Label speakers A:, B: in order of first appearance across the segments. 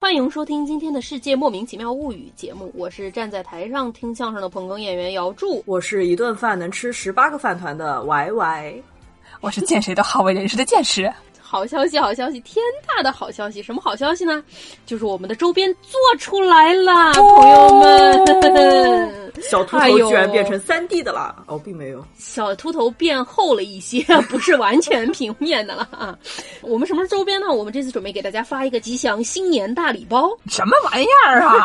A: 欢迎收听今天的《世界莫名其妙物语》节目，我是站在台上听相声的捧哏演员姚柱。
B: 我是一顿饭能吃十八个饭团的 Y Y，
C: 我是见谁都好为人师的见识。
A: 好消息，好消息！天大的好消息！什么好消息呢？就是我们的周边做出来了，朋友们。
B: 小秃
A: 哎
B: 头
A: 呦
B: 居然变成三 D 的啦！哦，并没有，
A: 小秃头变厚了一些，不是完全平面的了啊。我们什么是周边呢？我们这次准备给大家发一个吉祥新年大礼包，
C: 什么玩意儿啊！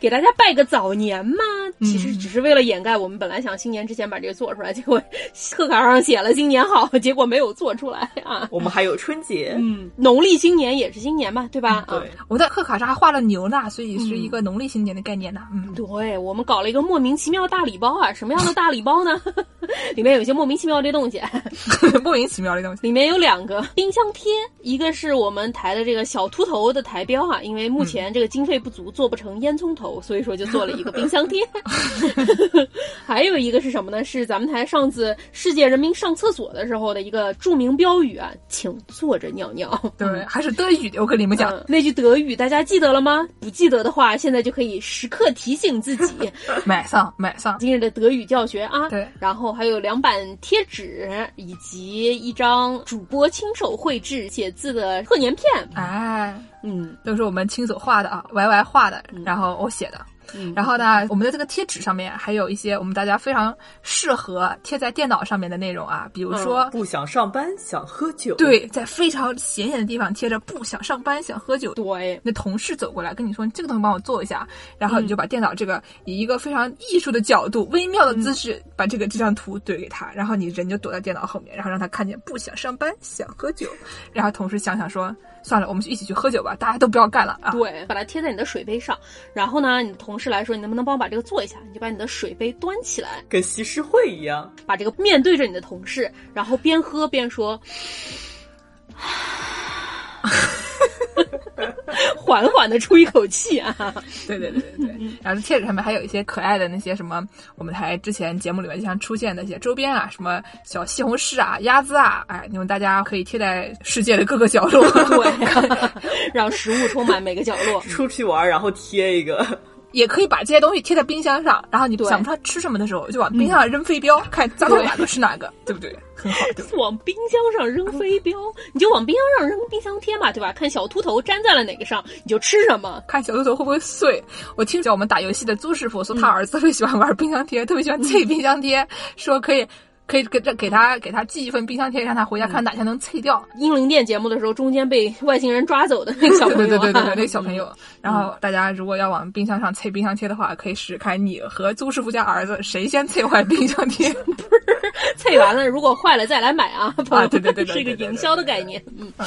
A: 给大家拜个早年嘛。其实只是为了掩盖我们本来想新年之前把这个做出来，结果贺卡上写了“新年好”，结果没有做出来啊。
B: 我们还有春节，
C: 嗯，
A: 农历新年也是新年嘛，对吧？啊。
B: 嗯对，
C: 我在贺卡上还画了牛呢，所以是一个农历新年的概念呢。嗯，
A: 啊对我们搞了一个莫名其妙大礼包啊，什么样的大礼包呢？ 里面有一些莫名其妙的东西，
C: 莫名其妙的东西。
A: 里面有两个冰箱贴，一个是我们台的这个小秃头的台标啊，因为目前这个经费不足，做不成烟囱头，所以说就做了一个冰箱贴。
C: 嗯
A: 还有一个是什么呢？是咱们台上次世界人民上厕所的时候的一个著名标语啊，请坐着尿尿。
C: 对，还是德语的，我跟你们讲，
A: 嗯那句德语大家记得了吗？不记得的话，现在就可以时刻提醒自己。
C: 买上买上。
A: 今日的德语教学啊，
C: 对
A: 然后还有两版贴纸以及一张主播亲手绘制写字的贺年片，
C: 哎，
A: 嗯
C: 都是我们亲手画的啊，Y Y 画的，然后我写的。
A: 嗯，
C: 然后呢，我们的这个贴纸上面还有一些我们大家非常适合贴在电脑上面的内容啊，比如说
B: 不想上班，想喝酒，，
C: 对，在非常显眼的地方贴着“不想上班，想喝酒”。
A: 对，
C: 那同事走过来跟你说：“你这个东西帮我做一下。”然后你就把电脑这个以一个非常艺术的角度、微妙的姿势，把这个这张图怼给他，然后你人就躲在电脑后面，然后让他看见不想上班，想喝酒。然后同事想想说：“算了，我们就一起去喝酒吧，大家都不要干了啊。”
A: 对，把它贴在你的水杯上。然后呢，你的同事来说，你能不能帮我把这个做一下？你就把你的水杯端起来，
B: 跟西施会一样，
A: 把这个面对着你的同事，然后边喝边说。缓缓的出一口气啊！
C: 对对对对对。然后贴纸上面还有一些可爱的那些什么，我们台之前节目里面经常出现的一些周边啊，什么小西红柿啊、鸭子啊，哎，你们大家可以贴在世界的各个角落。
A: 对，让食物充满每个角落。
B: 出去玩然后贴一个，
C: 也可以把这些东西贴在冰箱上，然后你
A: 对
C: 想不出来吃什么的时候，就往冰箱上扔飞镖，看砸到哪个是哪个，对不嗯 对？很好，对不对？
A: 往冰箱上扔飞镖，你就往冰箱上扔冰箱贴嘛，对吧？看小秃头粘在了哪个上，你就吃什么。
C: 看小豆豆会不会碎。我听着我们打游戏的朱师傅说，他儿子特别喜欢玩冰箱贴，特别喜欢碎冰箱贴，说可以可以给这给他给他寄一份冰箱贴，让他回家看哪些能碎掉。
A: 英灵殿节目的时候，中间被外星人抓走的那个小朋友、
C: 对
A: 啊，
C: 对对对对，那个小朋友。然后大家如果要往冰箱上碎冰箱贴的话，可以试试看你和朱师傅家儿子谁先碎坏冰箱贴。
A: 脆完了，如果坏了再来买 啊，朋友们
C: 对 对对对对
A: 是一个营销的概念。嗯
C: 嗯，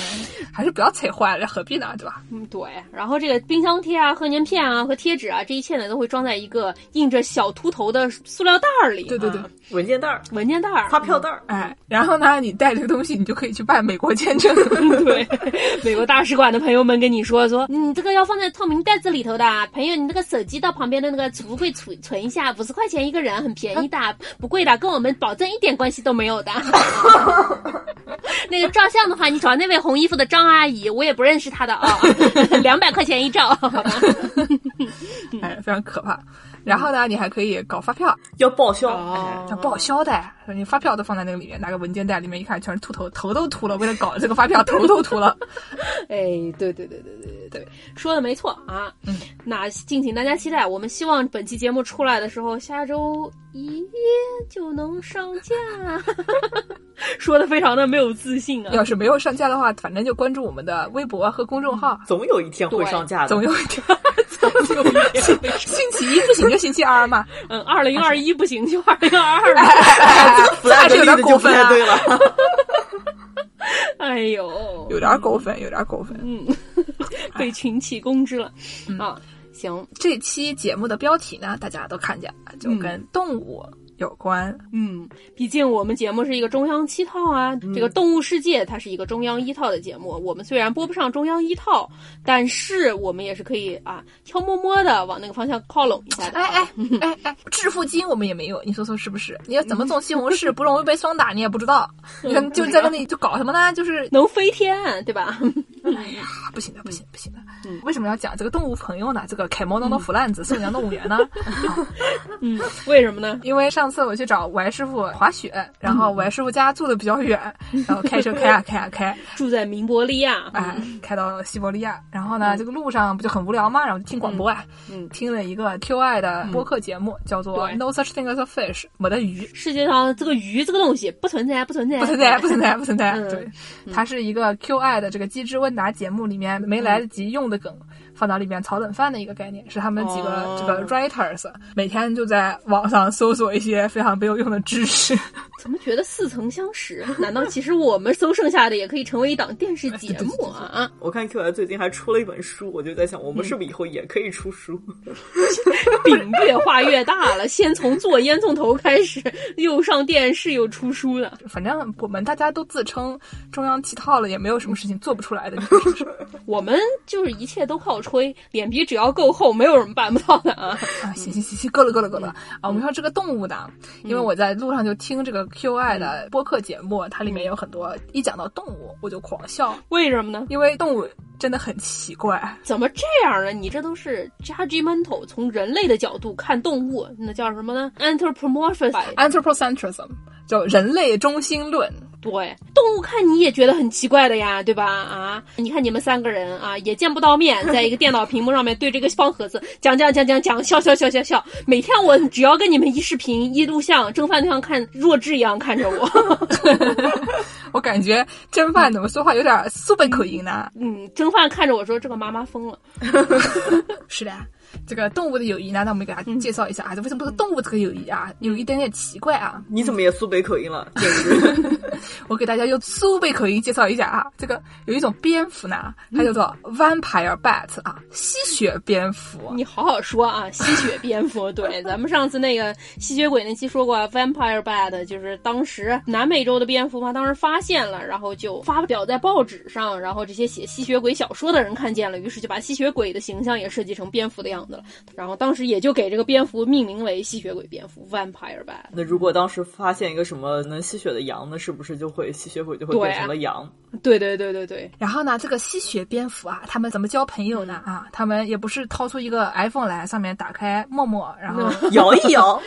C: 还是不要碎坏了，何必呢？对吧？
A: 嗯，对。然后这个冰箱贴啊、贺年片啊和贴纸啊，这一切呢都会装在一个印着小秃头的塑料袋儿里、
C: 对对对
A: 啊
B: 文件袋儿、
A: 文件袋儿、
B: 发票袋儿，
C: 哎，然后呢，你带这个东西，你就可以去办美国签证。
A: 对， 美国大使馆的朋友们跟你说说，你这个要放在透明袋子里头的啊，朋友，你那个手机到旁边的那个储物柜存存一下，五十块钱一个人，很便宜的，不贵的，跟我们保证一点关系都没有的。那个照相的话，你找那位红衣服的张阿姨，我也不认识她的啊、 两百块钱一照，好吧？
C: 哎，非常可怕。然后呢，你还可以搞发票，
B: 要报销，
A: 哦
B: 哎
C: 叫报销的。你发票都放在那个里面，拿个文件袋里面一看，全是秃头，头都秃了。为了搞这个发票，头都秃了。
A: 哎，对对对对对对对，说的没错啊。嗯，那敬请大家期待，我们希望本期节目出来的时候，下周一就能上架。 说的非常的没有自信啊。
C: 要是没有上架的话，反正就关注我们的微博和公众号。
B: 哎总有一天会
A: 对
B: 上架的，
C: 总有一天， 总有一天，星期一不行就星期二嘛，
A: 嗯，二零二一不行就二零二二吧。
B: f l a
C: 还
B: g
C: 是有
B: 立
C: 点
B: 的
C: 过
B: 就不
C: 分
B: 太
C: 啊，
B: 对了，
A: 哎呦，
C: 有点哎过分，有点过分。
A: 嗯，被群起攻之了、
C: 嗯
A: 啊。行，
C: 这期节目的标题呢，大家都看见了，就跟动物有关。
A: 嗯，毕竟我们节目是一个中央七套啊，这
C: 嗯
A: 个《动物世界》它是一个中央一套的节目。我们虽然播不上中央一套，但是我们也是可以啊，悄摸摸的往那个方向靠拢一下的。
C: 哎哎哎哎，致富经我们也没有，你说说是不是？你要怎么种西红柿不容易被霜打，你也不知道，
A: 嗯
C: 你看就在那里就搞什么呢？就是
A: 能飞天，对吧？
C: 啊，不行的，不行，不行的。
A: 嗯
C: 为什么要讲这个动物朋友呢？这个凯莫诺的腐烂子宋江动物园呢？啊
A: 嗯，为什么呢？
C: 因为上次我去找我爱师傅滑雪，然后
A: 嗯
C: 我爱师傅家住的比较 远，然后开车开啊开啊开，
A: 住在明伯利亚，
C: 哎，开到西伯利亚，然后呢，这个路上不就很无聊嘛，然后就听广播啊，
A: 嗯，
C: 听了一个 QI 的播客节目，叫做
A: 对
C: No Such Thing as a Fish，没得鱼，
A: 世界上这个鱼这个东西不存在，不存在，
C: 不存在，不存在，不存在。
A: 嗯
C: 对，它是一个 QI 的这个机智问答节目里面没来得
A: 嗯
C: 及用的梗，放到里面炒冷饭的一个概念，是他们几个
A: 哦
C: 这个 writers 每天就在网上搜索一些非常没有用的知识。
A: 怎么觉得似曾相识？ 难道其实我们搜剩下的也可以成为一档电视节目啊？
B: 我看 Q I 最近还出了一本书，我就在想，我们是
C: 嗯
B: 不是以后也可以出书？
A: 饼越画越大了，先从做烟囱头开始，又上电视又出书了。
C: 反正我们大家都自称中央七套了，也没有什么事情做不出来的。你说是不 是
A: 我们就是一切都靠吹，脸皮只要够厚，没有什么办不到的啊。
C: 啊，行行行行，够了够了够了
A: 嗯
C: 啊！我们说这个动物呢，因为我在路上就听这个 QI
A: 嗯
C: 的播客节目，它里面有很多一讲到动物我就狂笑，
A: 为什么呢？
C: 因为动物真的很奇怪。
A: 怎么这样呢？你这都是 judgmental，从人类的角度看动物，那叫什么呢？anthropomorphism。
C: anthropocentrism，叫人类中心论。
A: 对，动物看你也觉得很奇怪的呀，对吧？啊，你看你们三个人啊，也见不到面，在一个电脑屏幕上面对着一个方盒子讲讲讲讲讲，笑笑笑笑笑。每天我只要跟你们一视频一录像，蒸饭像看弱智一样看着我。
C: 我感觉真饭怎么说话有点苏北口音呢？
A: 嗯，蒸饭看着我说这个妈妈疯了。
C: 是的。这个动物的友谊呢，那我们给大家介绍一下啊，这为什么这个动物这个友谊啊，有一点点奇怪啊？
B: 你怎么也苏北口音了？简直！
C: 我给大家用苏北口音介绍一下啊，这个有一种蝙蝠呢，它叫做 vampire bat 啊，吸血蝙蝠。
A: 你好好说啊，吸血蝙蝠。 对，咱们上次那个吸血鬼那期说过啊，Vampire Bat，就是当时南美洲的蝙蝠嘛，当时发现了，然后就发表在报纸上，然后这些写吸血鬼小说的人看见了，于是就把吸血鬼的形象也设计成蝙蝠的样子了。然后当时也就给这个蝙蝠命名为吸血鬼蝙蝠 Vampire Bat。
B: 那如果当时发现一个什么能吸血的羊，那是不是就会吸血鬼就会
A: 对啊
B: 变成了羊？
A: 对对对对对，
C: 然后呢，这个吸血蝙蝠啊，他们怎么交朋友呢？啊，他们也不是掏出一个 iPhone 来，上面打开陌陌，然后
B: 摇一摇，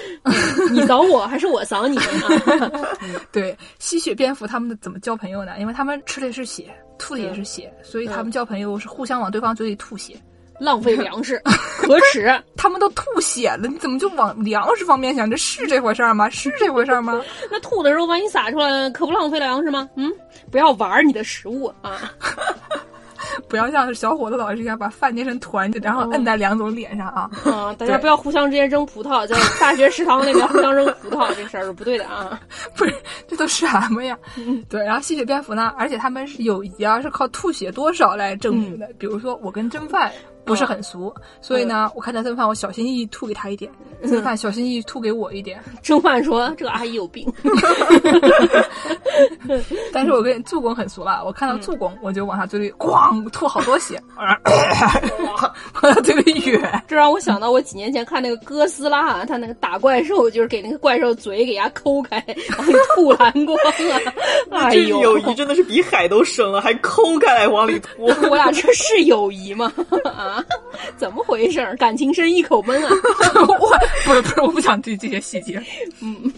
A: 你扫我还是我扫你啊？
C: 对，吸血蝙蝠他们怎么交朋友呢？因为他们吃的是血，吐的也是血，所以他们交朋友是互相往对方嘴里吐血。
A: 浪费粮 食，可耻！
C: 他们都吐血了，你怎么就往粮食方面想？这是这回事儿吗？是这回事儿吗？
A: 那吐的时候万一撒出来，可不浪费粮食吗？嗯，不要玩儿你的食物啊！
C: 不要像小伙子老师一样把饭捏成团，然后摁在梁总脸上啊！
A: 啊，大家
C: 对
A: 不要互相之间扔葡萄，在大学食堂那边互相扔葡萄，这事儿是不对的 啊！
C: 不是，这都什么呀？对，然后吸血蝙蝠呢，而且他们是友谊啊，是靠吐血多少来证明的。比如说，我跟蒸饭不是很熟，所以呢，我看到蒸饭，我小心翼翼吐给他一点，蒸饭小心翼翼吐给我一点。
A: 郑焕说：“这个阿姨有病。
C: 但是我跟助攻很熟了，我看到助攻，我就往他嘴里咣吐好多血，往他嘴里哕。”
A: 这让我想到我几年前看那个哥斯拉，啊，他那个打怪兽就是给那个怪兽嘴给它抠开，然后吐蓝光啊！ 哎
B: 这
A: 呦
B: 友，谊真的是比海都深了，还抠开来往里拖。
A: 我俩这是友谊吗？啊，怎么回事儿？感情深一口闷啊！
C: 我不是不是，我不想对这些细节。嗯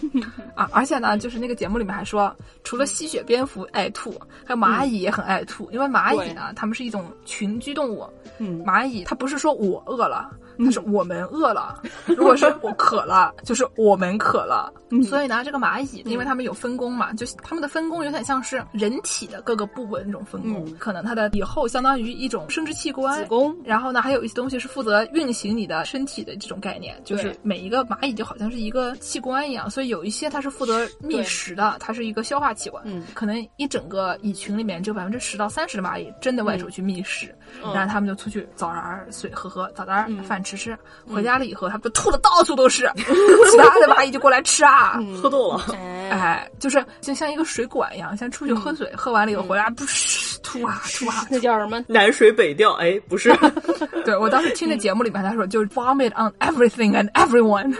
C: 啊，而且呢，就是那个节目里面还说，除了吸血蝙蝠爱吐，还有蚂蚁也很爱吐，因为蚂蚁呢，它们是一种群居动物。
A: 嗯
C: 蚂蚁它不是说我饿了。它是我们饿了，如果是我渴了，就是我们渴了。
A: 嗯
C: 所以呢，这个蚂蚁，因为它们有分工嘛，就是它们的分工有点像是人体的各个部位那种分工，可能它的以后相当于一种生殖器官，
A: 嗯子宫
C: 然后呢，还有一些东西是负责运行你的身体的这种概念，就是
A: 对
C: 每一个蚂蚁就好像是一个器官一样，所以有一些它是负责觅食的，它是一个消化器官。
A: 嗯，
C: 可能一整个蚁群里面只有百分之十到三十的蚂蚁真的外出去觅食，
A: 嗯
C: 然后它们就出去找点儿水喝喝，找点儿饭吃吃。
A: 嗯
C: 回家了以后，他们就吐的到处 都是，其他的蚂蚁就过来吃啊。
A: 嗯
B: 喝多了，
A: 哎，
C: 哎，就是就像一个水管一样，像出去喝水，喝完了以后回
A: 嗯
C: 来，不是吐啊吐啊。
A: 那叫什么？
B: 南水北调，哎，不 是，
C: 对我当时
A: 嗯
C: 听着节目里面他说，就是 vomit on everything and everyone。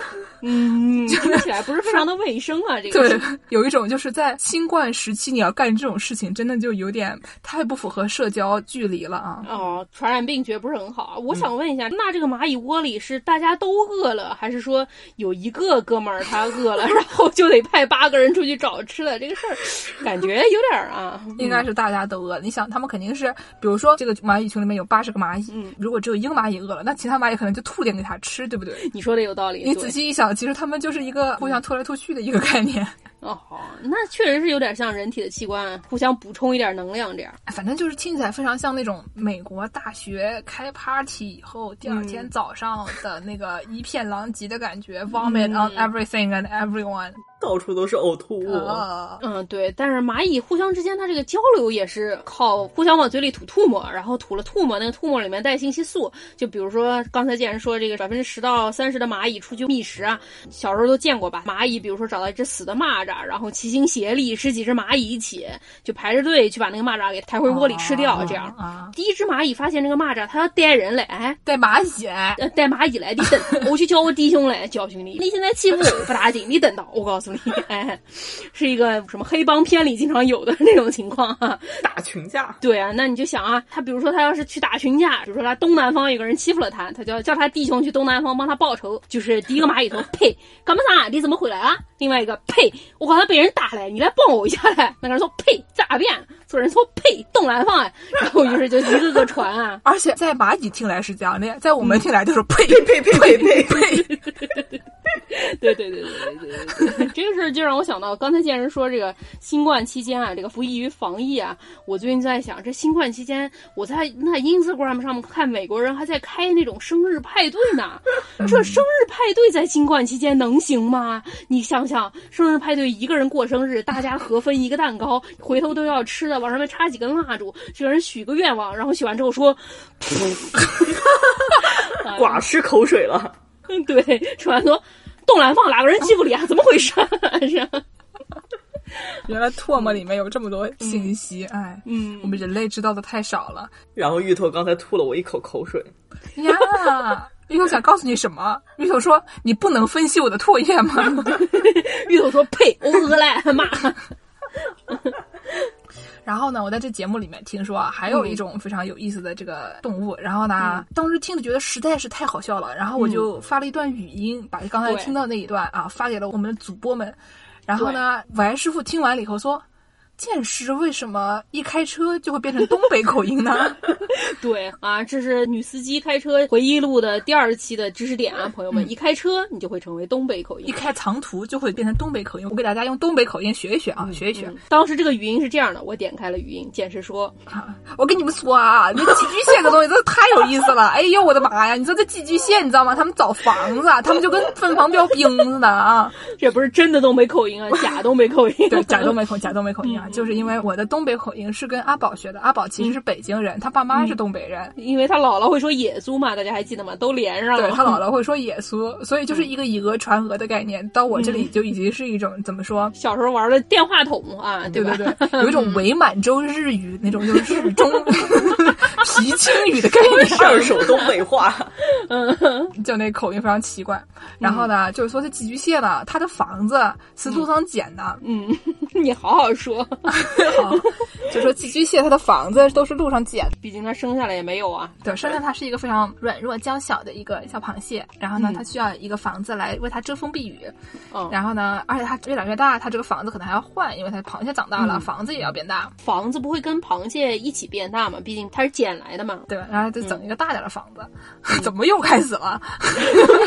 A: 嗯，听起来不是非常的卫生啊，这个
C: 对
A: 是。，
C: 有一种就是在新冠时期，你要干这种事情，真的就有点太不符合社交距离了啊。
A: 哦，传染病绝不是很好啊！
C: 嗯
A: 我想问一下，那这个蚂蚁窝里是大家都饿了，还是说有一个哥们儿他饿 了，然后就得派八个人出去找吃的？这个事儿感觉有点儿 啊，
C: 应该是大家都饿了。你想，他们肯定是，比如说这个蚂蚁群里面有八十个蚂蚁，
A: 嗯
C: 如果只有一个蚂蚁饿了，那其他蚂蚁可能就吐点给它吃，对不对？
A: 你说的有道理。
C: 你
A: 对
C: 仔细一想，其实他们就是一个互相吐来吐去的一个概念。
A: 哦，那确实是有点像人体的器官，互相补充一点能量这样。
C: 反正就是听起来非常像那种美国大学开 party 以后，第二
A: 嗯
C: 天早上的那个一片狼藉的感觉、v o m i t on
A: 嗯
C: everything and everyone。
B: 到处都是呕吐物。
C: 呃
A: 嗯，对。但是蚂蚁互相之间它这个交流也是靠互相往嘴里吐吐沫，然后吐了吐沫，那个吐沫里面带信息素。就比如说刚才既然说这个百分之十到三十的蚂蚁出去觅食啊，小时候都见过吧？蚂蚁比如说找到一只死的蚂蚱，然后齐心协力，十几只蚂蚁一起就排着队去把那个蚂蚱给抬回窝里吃掉，这样。
C: 啊，
A: 第一只蚂蚁发现这个蚂蚱，它要带人来，哎，
C: 带蚂蚁。
A: 呃，带蚂蚁来，你等，我去叫我弟兄来教训你。你现在欺负我不打紧，你等到我告诉你，哎，是一个什么黑帮片里经常有的那种情况哈、啊。
B: 打群架，
A: 对啊，那你就想啊，他比如说他要是去打群架，比如说他东南方有个人欺负了他，他就要叫他弟兄去东南方帮他报仇。就是第一个蚂蚁头，呸，干嘛啥？你怎么回来啊？另外一个，呸，我刚才被人打了，你来帮我一下来。那个人说，呸，诈骗。所有人说，呸，东南方啊。然后于是就一个个传啊。
C: 而且在蚂蚁听来是这样的，在我
A: 嗯
C: 们听来就是呸
B: 呸呸呸 呸呸呸，
A: 对对对对对对对， 这个事儿就让我想到，刚才见人说这个新冠期间啊，这个不易于防疫啊，我最近在想，这新冠期间，我在那 Instagram 上面看美国人还在开那种生日派对呢， 这生日派对在新冠期间能行吗？你想想，生日派对一个人过生日，大家合分一个蛋糕，回头都要吃的，往上面插几根蜡烛，这个人许个愿望，然后许完之后说，
B: 寡吃口水了。
A: 嗯，对，吃完说冻南放哪个人欺负你啊？怎么回事啊？ 是啊。
C: 原来唾沫里面有这么多信息，哎，
A: 嗯
C: 我们人类知道的太少了
B: 然后芋头刚才吐了我一口口水，
C: 呀。 芋头想告诉你什么？芋头说：“你不能分析我的唾液吗
A: 芋头说：“呸，我饿了，骂。？”
C: 然后呢，我在这节目里面听说啊，还有一种非常有意思的这个动物。然后
A: 嗯
C: 呢，当时听着觉得实在是太好笑了，然后我就发了一段语音，把刚才
A: 对
C: 听到那一段啊发给了我们的主播们。然后呢，王师傅听完了以后说：“剑师为什么一开车就会变成东北口音呢？”
A: 对啊，这是女司机开车回忆录的第二期的知识点啊，朋友
C: 嗯
A: 们，一开车你就会成为东北口
C: 一
A: 音。
C: 开长途就会变成东北口音。我给大家用东北口音学一学啊，学一学、
A: 嗯当时这个语音是这样的，我点开了语音，简直说，
C: 啊！我跟你们说啊，那寄居蟹这东西真的太有意思了！ 哎呦我的妈呀！你说这寄居蟹，你知道吗？他们找房子啊， 他们就跟分房标兵似的啊！
A: 这不是真的东北口音啊，假东北口音。
C: 对，假东北口，假东北口音啊，就是因为我的东北口音是跟阿宝学的。阿宝其实是北京人，他爸妈是东北人。
A: 因为他姥姥会说野猪嘛，大家还记得吗？都连上
C: 对他
A: 了。
C: 姥姥会说野苏，所以就是一个以讹传讹的概念，到我这里就已经是一种怎么说？
A: 小时候玩的电话筒啊，
C: 对嗯
A: 吧？
C: 对 对，有一种伪满洲日语那种，就是日中 皮青语的概
B: 上
C: 念，
B: 手东北话，
C: 就那口音非常奇怪。然后呢，就是说这寄居蟹呢，它的房子是路上捡的，
A: 嗯， 你好好说，
C: 好 就说寄居蟹它的房子都是路上捡的。
A: 毕竟他生下来也没有啊。
C: 对，生下它是一个非常软弱娇小的一个小螃蟹，然后呢，它需要一个房子来为它遮风避雨。
A: 嗯，
C: 然后呢，而且它越长越大，它这个房子可能还要换，因为它螃蟹长大了，房子也要变大。
A: 房子不会跟螃蟹一起变大嘛，毕竟它是捡来的嘛。
C: 对吧？然后就整一个大点的房子， 怎么又开始了？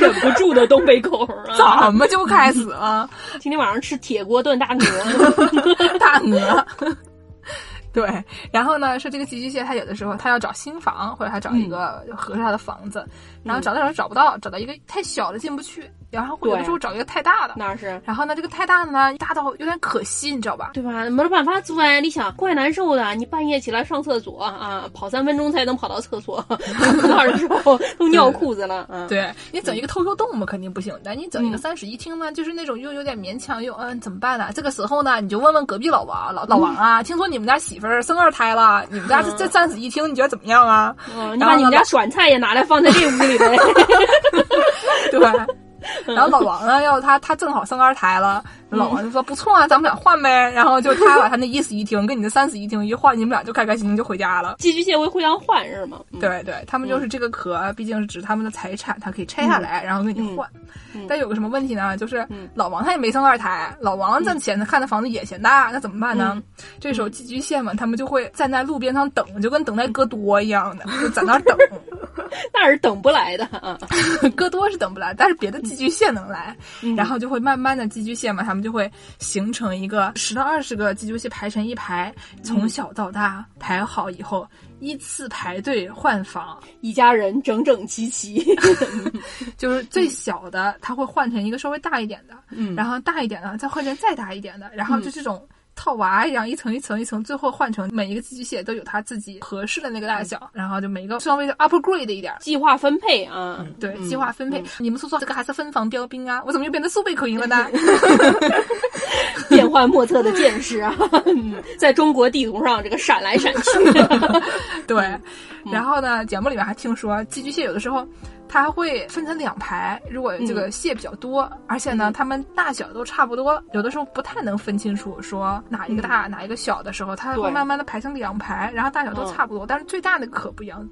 A: 忍不住的东北口儿啊！
C: 怎么就开始了？
A: 今天晚上吃铁锅炖大鹅。
C: 大鹅。对，然后呢，说这个寄居蟹，它有的时候它要找新房，或者它找一个合适它的房子，然后找到时候找不到，找到一个太小了进不去，然后我有的时候找一个太大的，
A: 那是。
C: 然后呢，这个太大的呢，大到有点可惜，你知道吧？
A: 对吧？没办法做哎，你想怪难受的，你半夜起来上厕所啊，跑三分钟才能跑到厕所，那儿的时候都尿裤子了啊。
C: 嗯对你整一个偷偷洞嘛，肯定不行的。你整一个三室一厅呢，就是那种又有点勉强，又嗯怎么办呢？这个时候呢，你就问问隔壁老王老老王啊，听说你们家媳妇儿生二胎了，你们家这这三室一厅，你觉得怎么样啊？
A: 嗯，你把你们家涮菜也拿来放在这屋里 呗。
C: 对吧。
A: 嗯
C: 然后老王呢，要他他正好生二胎了，老王就
A: 嗯
C: 说不错啊，咱们俩换呗。然后就他把他那一室一厅跟你的三室一厅一换，你们俩就开开心心就回家了。
A: 寄居蟹会互相换是吗？嗯，嗯
C: 对对，他们就是这个壳，毕竟是指他们的财产，他可以拆下来，然后跟你换。但有个什么问题呢？就是老王他也没生二胎，老王
A: 嗯
C: 挣钱，他看他房子也嫌大，那怎么办呢？这时候寄居蟹们他们就会站在路边上等，就跟
A: 嗯
C: 等待戈多一样的，就在那儿等。
A: 那是等不来的啊。
C: 戈多是等不来，但是别的寄居蟹能来，然后就会慢慢的寄居蟹嘛，他们就会形成一个十到二十个寄居蟹排成一排，从小到大排好以后，依次排队换房，
A: 一家人整整齐齐。
C: 就是最小的它会换成一个稍微大一点的，嗯，然后大一点的再换成再大一点的，然后就这种。套娃一样，一层一层一层，最后换成每一个寄居蟹都有它自己合适的那个大小，然后就每一个稍微的 upgrade 一点儿，
A: 计划分配啊，
C: 对，计划分配。你们宿舍这个还是分房标兵啊？我怎么又变成苏北口音了呢？
A: 变幻莫测的见识啊，嗯在中国地图上这个闪来闪 去。
C: 对，
A: 嗯
C: 然后呢，节目里面还听说寄居蟹有的时候它还会分成两排，如果这
A: 嗯
C: 个蟹比较多，而且呢，它们大小都差不多，有的时候不太能分清楚说哪一个大、哪一个小的时候，它会
A: 嗯对嗯
C: 慢慢的排成两排，然后大小都差不多，但是最大的壳不一样。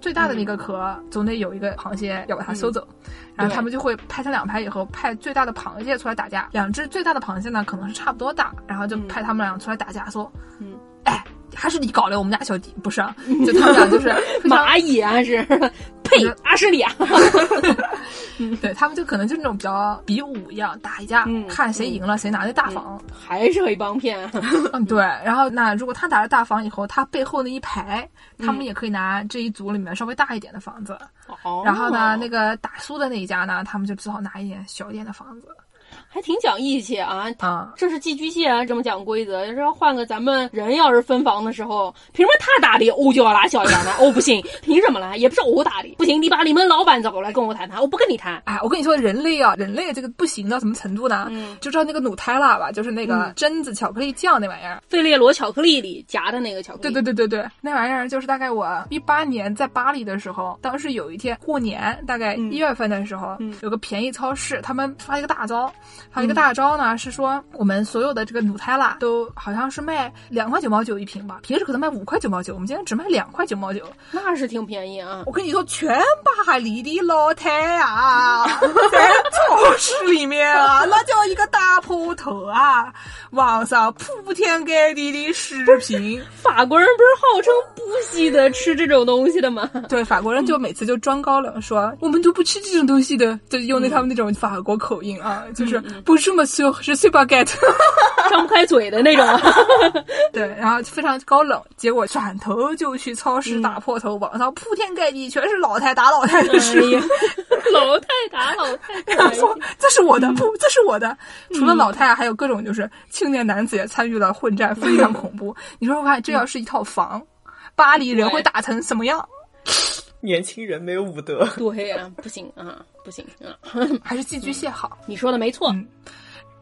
C: 最大的那个壳、总得有一个螃蟹要把它收走，然后
A: 嗯对
C: 他们就会拍成两排以后，派最大的螃蟹出来打架。两只最大的螃蟹呢，可能是差不多大，然后就
A: 嗯
C: 派他们俩出来打架，说，
A: 嗯，
C: 哎，还是你搞的我们家 小弟，不是、啊？就他们俩就是非常
A: 蚂蚁啊是，
C: 嗯
A: 呸，阿啊什利亚。
C: 对他们就可能就是那种比较比武一样打一架，
A: 嗯
C: 看谁赢了、谁拿那大房。
A: 还是黑帮片，
C: 嗯，对。然后那如果他拿了大房以后，他背后那一排，
A: 嗯
C: 他们也可以拿这一组里面稍微大一点的房子。
A: 哦
C: 然后呢，那个打输的那一家呢，他们就只好拿一点小一点的房子。
A: 还挺讲义气啊。
C: 啊、
A: 这是寄居蟹啊，这么讲规则。要是要换个咱们人，要是分房的时候，凭什么他打理欧就要拿小一点呢？哦欧不行， 凭什么啦？也不是欧打理，不行，你把你们老板找过来跟我谈谈，我不跟你谈。
C: 哎，我跟你说，人类啊，人类这个不行到什么程度呢？
A: 嗯
C: 就知道那个努泰拉吧，就是那个榛子巧克力酱那玩意儿。
A: 费列罗巧克力里夹的那个巧克
C: 对
A: 力，
C: 对对对对，那玩意儿就是大概我一八年在巴黎的时候，当时有一天过年，大概一月份的时候，有个便宜超市，他们发了一个大招，发了一个大招呢，是说我们所有的这个努泰拉都好像是卖两块九毛九一瓶吧，平时可能卖五块九毛九，我们今天只卖两块九毛九。
A: 那是挺便宜啊。
C: 我跟你说，全巴黎的老太啊，在超市里面啊，那叫一个大铺头啊，网上铺天盖地的视频。
A: 法国人不是号称不惜得吃这种东西的吗？
C: 对，法国人就每次就装高冷说，我们都不吃这种东西的，就用那他们那种法国口音啊，就是不是 monsieur，是 super get。
A: 张不开嘴的那 种啊。
C: 对，然后非常高冷，结果转头就去超市打破头，网上铺天盖地全是老太打老太的视频。
A: 哎老太打老太
C: 他
A: 打，
C: 说：“这是我的，不，这是我的。”除了老太太，还有各种就是青年男子也参与了混战，非常恐怖。你说，我看这要是一套房，巴黎人会打成什么样？
B: 年轻人没有武德。
A: 对呀、不行啊，不行啊！
C: 还是寄居蟹好。
A: 你说的没错，
C: 嗯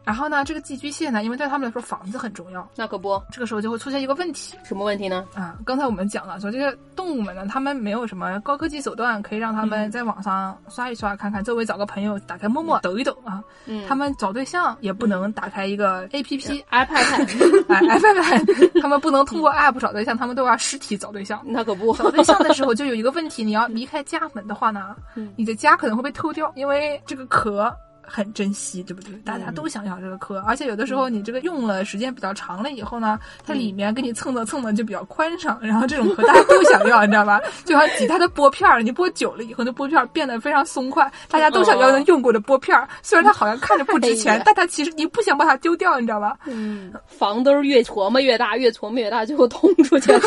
C: 然后呢，这个寄居蟹呢，因为对他们来说房子很重要，
A: 那可不，
C: 这个时候就会出现一个问题
A: 什么问题呢？
C: 啊。刚才我们讲了说，这些动物们呢，他们没有什么高科技手段可以让他们在网上刷一刷，看看周围找个朋友，打开陌陌抖一抖啊。
A: 嗯，
C: 他们找对象也不能打开一个 A P P，
A: iPad，
C: 哎，F F，他们不能通过 App 找对象，他们都要实体找对象。
A: 那可不，
C: 找对象 的时候就有一个问题，你要离开家门的话呢
A: 嗯，
C: 你的家可能会被偷掉，因为这个壳很珍惜，对不对？大家都想要这个壳，而且有的时候你这个用了时间比较长了以后呢，它里面跟你蹭的蹭的就比较宽敞，然后这种壳大家都想要，你知道吧？就像吉他的拨片儿，你拨久了以后，那拨片儿变得非常松快，大家都想要那用过的拨片儿，虽然它好像看着不值
A: 哎
C: 钱
A: 呀，
C: 但它其实你不想把它丢掉，你知道吧？
A: 嗯 房兜儿越琢磨越大，越琢磨越大，最后通出去了。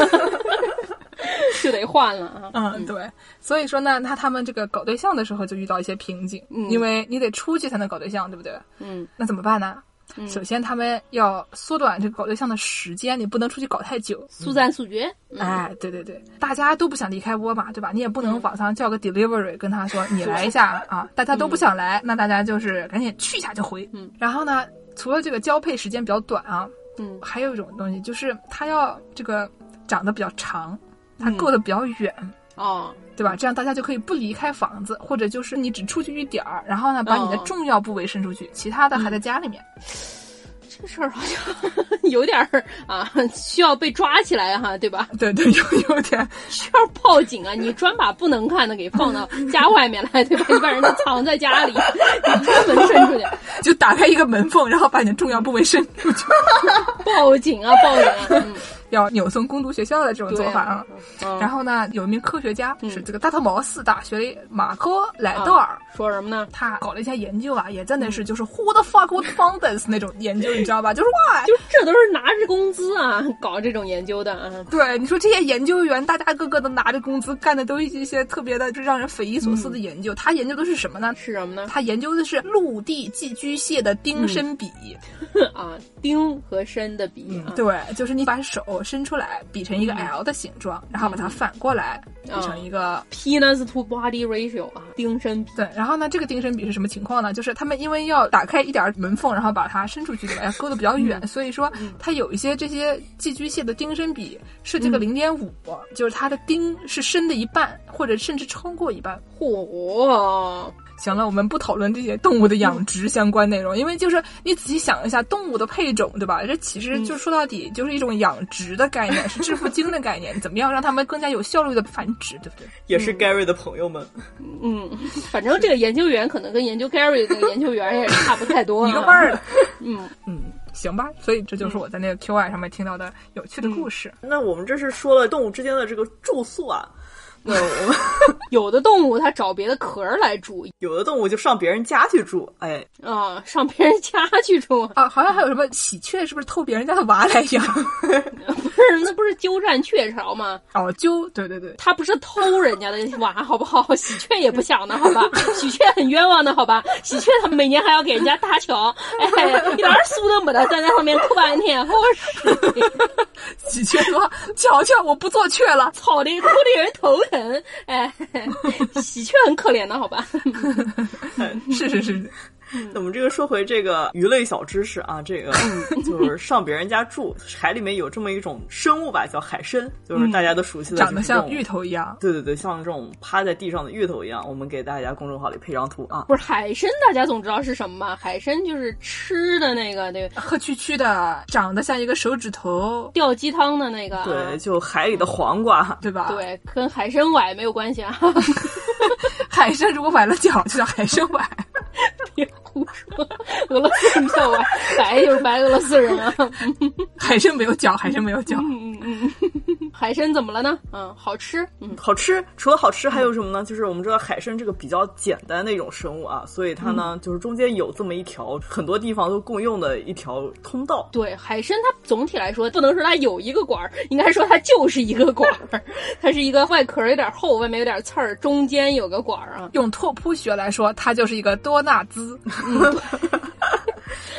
A: 就得换了啊。
C: 嗯，对，所以说呢，那他们这个搞对象的时候就遇到一些瓶颈，
A: 嗯
C: 因为你得出去才能搞对象，对不对？
A: 嗯
C: 那怎么办呢？
A: 嗯
C: 首先，他们要缩短这个搞对象的时间，你不能出去搞太久。
A: 速战速决。嗯
C: 哎，对对对，大家都不想离开窝嘛，对吧？你也不能网上叫个 delivery 跟他说你来 一下啊，大家都不想来，那大家就是赶紧去一下就回。
A: 嗯，
C: 然后呢，除了这个交配时间比较短啊，
A: 嗯
C: 还有一种东西就是它要这个长得比较长，它
A: 嗯
C: 够得比较远。
A: 哦，
C: 对吧？这样大家就可以不离开房子，或者就是你只出去一点儿，然后呢，把你的
A: 哦
C: 重要部位伸出去，其他的
A: 嗯
C: 还在家里面。
A: 这个事儿好像 有点儿啊，需要被抓起来哈、对 吧？
C: 对对，有有点
A: 需要报警啊！你专把不能看的给放 到家外面来， 对吧？你把人家藏在家里， 你专门伸出去，
C: 就打开一个门缝，然后把你的重要部位伸出去，
A: 报警啊，报警啊！嗯，
C: 要扭送攻读学校的这种
A: 对
C: 做法
A: 啊
C: 啊。。
A: 嗯
C: 然后呢，有一名科学家
A: 嗯
C: 是这个大特茅斯大学里马科莱道尔，
A: 说什么呢？
C: 他搞了一下研究啊，也真的是
A: 嗯
C: 就是 Who the fuck would fund this 那种研究，你知道吧？ 就是哇，
A: 就这都是拿着工资啊， 搞这种研究的啊。
C: 对，你说这些研究员，大家个个都拿着工资，干的都是一些特别的，就让人匪夷所
A: 嗯
C: 思的研究。他研究的是什么呢？
A: 是什么呢？
C: 他研究的是陆地寄居蟹的丁身比。
A: 啊，丁和参的比啊，
C: 嗯对，就是你把手伸出来，比成一个 L 的形状，然后把它反过来比成一个。
A: penis to body ratio 啊，丁参比。
C: 对，然后呢，这个丁身比是什么情况呢？就是他们因为要打开一点儿门缝，然后把它伸出去，对吧？要勾的比较远，所以说它有一些这些寄居蟹的丁身比是这个零点五，就是它的丁是伸的一半，或者甚至超过一半。
A: 嚯，
C: 行了，我们不讨论这些动物的养殖相关内容，因为就是你仔细想一下，动物的配种，对吧？这其实就说到底就是一种养殖的概念， 是致富经的概念，怎么样让它们更加有效率的繁殖，对不对？
B: 也是 Gary 的朋友们，
A: 嗯，反正这个研究员可能跟研究 Gary 那个研究员也差不太多、啊，
C: 一个味儿的，
A: 嗯，
B: 嗯。
C: 行吧？所以这就是我在那个 QI 上面听到的有趣的故事。
B: 那我们这是说了动物之间的这个住宿啊，那我们
A: 有的动物它找别的壳儿来住
B: 有的动物就上别人家去住，哎，
A: 啊，上别人家去住，
C: 啊，好像还有什么喜鹊，是不是偷别人家的娃来养？
A: 不是那不是鸠占鹊巢吗？
C: 哦，鸠，对对对，
A: 它不是偷人家的娃，好不好？ 喜鹊也不想的，好吧？ 喜鹊很冤枉的，好吧？喜鹊它每年还要给人家搭桥， 哎，一点儿苏都没得，站在上面哭半天，我 去，
C: 喜鹊说：“瞧瞧，我不做雀 了。
A: 吵的哭的人头疼，哎， 喜鹊很可怜的，好吧？”
C: 是是是，
B: 那我们这个说回这个鱼类小知识啊，这个
C: 嗯
B: 就是上别人家住，海里面有这么一种生物吧，叫海参，就是大家都熟悉的，
C: 嗯长得像芋
B: 头。
C: 头一样。
B: 对对对，像这种趴在地上的芋头一样，我们给大家公众号里配张图啊。
A: 不是海参，大家总知道是什么吧？海参就是吃的那个，对，
C: 黑黢黢的，长得像一个手指头，
A: 吊鸡汤的那个啊，啊
B: 对，就海里的黄瓜，
C: 对吧？，
A: 对，跟海参崴没有关系啊！
C: 海参如果崴了脚，就叫海参崴。
A: 别胡说，俄罗斯人叫崴，白就是白俄罗斯人啊。
C: 海参没有脚，海参没有脚。
A: 嗯嗯嗯，海参怎么了呢？嗯，好吃。嗯
B: 好吃。除了好吃，还有什么呢？就是我们知道海参这个比较简单的一种生物啊，所以它
C: 嗯
B: 呢，就是中间有这么一条很多地方都共用的一条通道。
A: 对，海参它总体来说不能说它有一个管儿，应该说它就是一个管儿， 它是一个外壳有点厚，外面有点刺儿，中间有个管儿啊，
C: 用拓扑学来说，它就是一个多纳兹。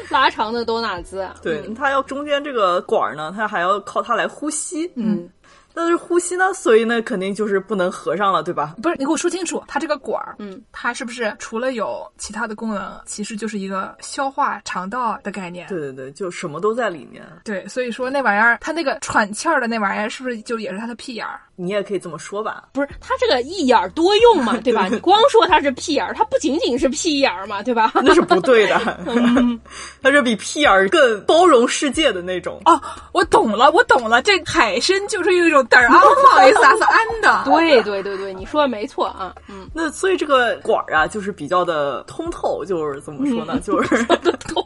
A: 拉长的多纳兹啊。
B: 对，它要中间这个管儿呢，它还要靠它来呼吸。嗯，但是呼吸呢，所以呢，肯定就是不能合上了，对吧？
C: 不是，你给我说清楚，它这个管儿，
A: 嗯，
C: 它是不是除了有其他的功能，其实就是一个消化肠道的概念？
B: 对对对，就什么都在里面。
C: 对，所以说那玩意儿，它那个喘气儿的那玩意儿，是不是就也是它的屁眼儿？
B: 你也可以这么说吧。
A: 不是，它这个一眼儿多用嘛，对 吧？你光说它是屁眼儿，它不仅仅是屁眼儿嘛，对吧？
B: 那是不对的， 它是比屁眼儿更包容世界的那种。
C: 哦， 我懂了，我懂了，这海参就是有一种 嘚儿啊，不好意思啊，是安的。
A: 对对对对，你说的没错啊，嗯，
B: 那所以这个管儿啊，就是比较的通透，就是怎么说呢？就是
A: 通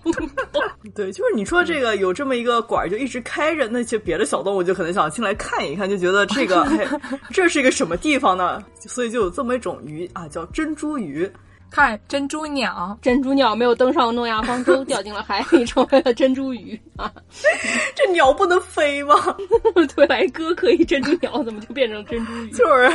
B: 对，就是你说这个有这么一个管儿，就一直开着，那些别的小动物就可能想进来看一看，就觉得这个哎，这是一个什么地方呢？所以就有这么一种鱼啊，叫珍珠鱼。
C: 看珍珠鸟，
A: 珍珠鸟没有登上诺亚方舟，掉进了海里， 成为了珍珠鱼啊！
B: 这鸟不能飞吗？
A: 对，来哥可以珍珠鸟，怎么就变成珍珠鱼？
B: 就是，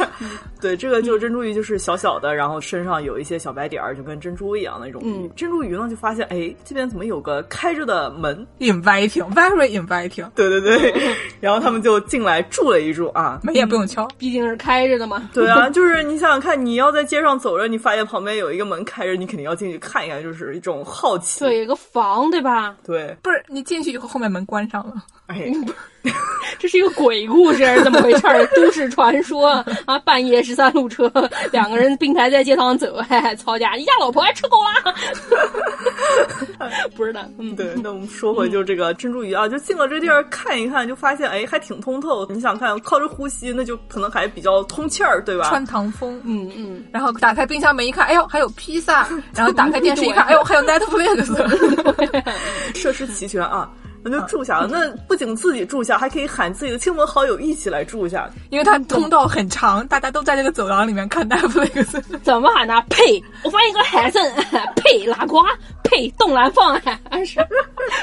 B: 对，这个就是珍珠鱼，就是小小的，然后身上有一些小白点儿，就跟珍珠一样的那种鱼。
A: 嗯
B: 珍珠鱼呢，就发现哎，这边怎么有个开着的门？
C: inviting，very inviting，
B: 对对对， 然后他们就进来住了一住啊。
C: 门也不用敲，
A: 毕竟是开着的 嘛。
B: 对啊，就是你想想看，你要在街上走着，你发现旁边有一个门开着，你肯定要进去看一看，就是一种好奇。
A: 对，有一个房，对吧？
B: 对，
C: 不是你进去以后后面门关上了，
B: 哎，
A: 这是一个鬼故事还是怎么回事儿？都市传说啊！半夜十三路车，两个人并排在街上走，哎，吵架，你家老婆还吃狗啦？不是的，嗯，
B: 对，那我们说回就这个珍珠鱼啊，就进了这地儿看一看，就发现哎还挺通透。你想看靠着呼吸，那就可能还比较通气儿，对吧
C: 穿？堂风，
A: 嗯嗯，
C: 然后打开冰箱门一看，哎呦，还有披萨，然后打开电视一看，哎呦，还有 Netflix，
B: 设施齐全啊。那就住下了。那不仅自己住下，还可以喊自己的亲朋好友一起来住下。
C: 因为它通道很长，大家都在这个走廊里面看 Netflix，
A: 怎么喊呢？呸！我发现一个海参， 呸！拉瓜，呸！冻蓝放，哎，是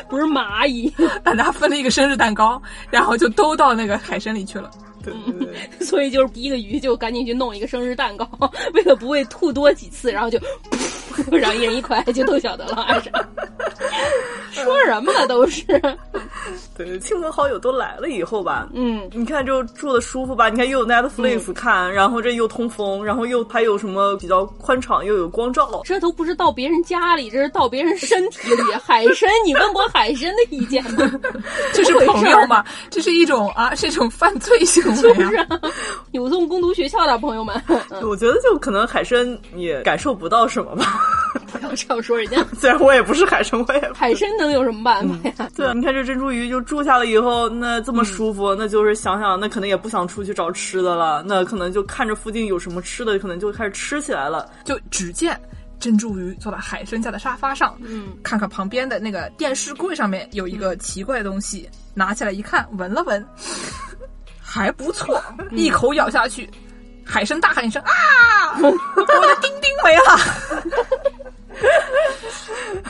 A: 不是蚂蚁？
C: 大家分了一个生日蛋糕，然后就都到那个海参里去了。
B: 对对对对，
A: 所以就是第一个鱼就赶紧去弄一个生日蛋糕， 为了不会吐多几次，然后就， 然后一人一块就都晓得了，哎是说什么呢都是，
B: 对亲朋好友都来了以后吧，
A: 嗯，
B: 你看就住的舒服吧？你看又有 Netflix
D: 嗯
B: 看，然后这又通风，然后又还有什么比较宽敞，又有光照。
A: 这都不是到别人家里，这是到别人身体里。海参，你问过海参的意见吗？
C: 这是朋友嘛？这是一种啊，是一种犯罪行为、啊。
A: 有送攻读学校的朋友们，嗯
B: 我觉得就可能海参也感受不到什么吧。
A: 不要这样说人家。
B: 虽然我也不是海参，我也 不
A: 海参能有什么办法呀？
B: 对，你看这珍珠鱼就住下了以后，那这么舒
D: 嗯
B: 服，那就是想想，那可能也不想出去找吃的了，那可能就看着附近有什么吃的，可能就开始吃起 来了。
C: 就只见珍珠鱼坐到海参家的沙发上，
A: 嗯，
C: 看看旁边的那个电视柜上面有一个奇怪的东西，拿起来一看，闻了闻， 还不错，一口咬下去，海参大喊一声啊，我的丁丁没了。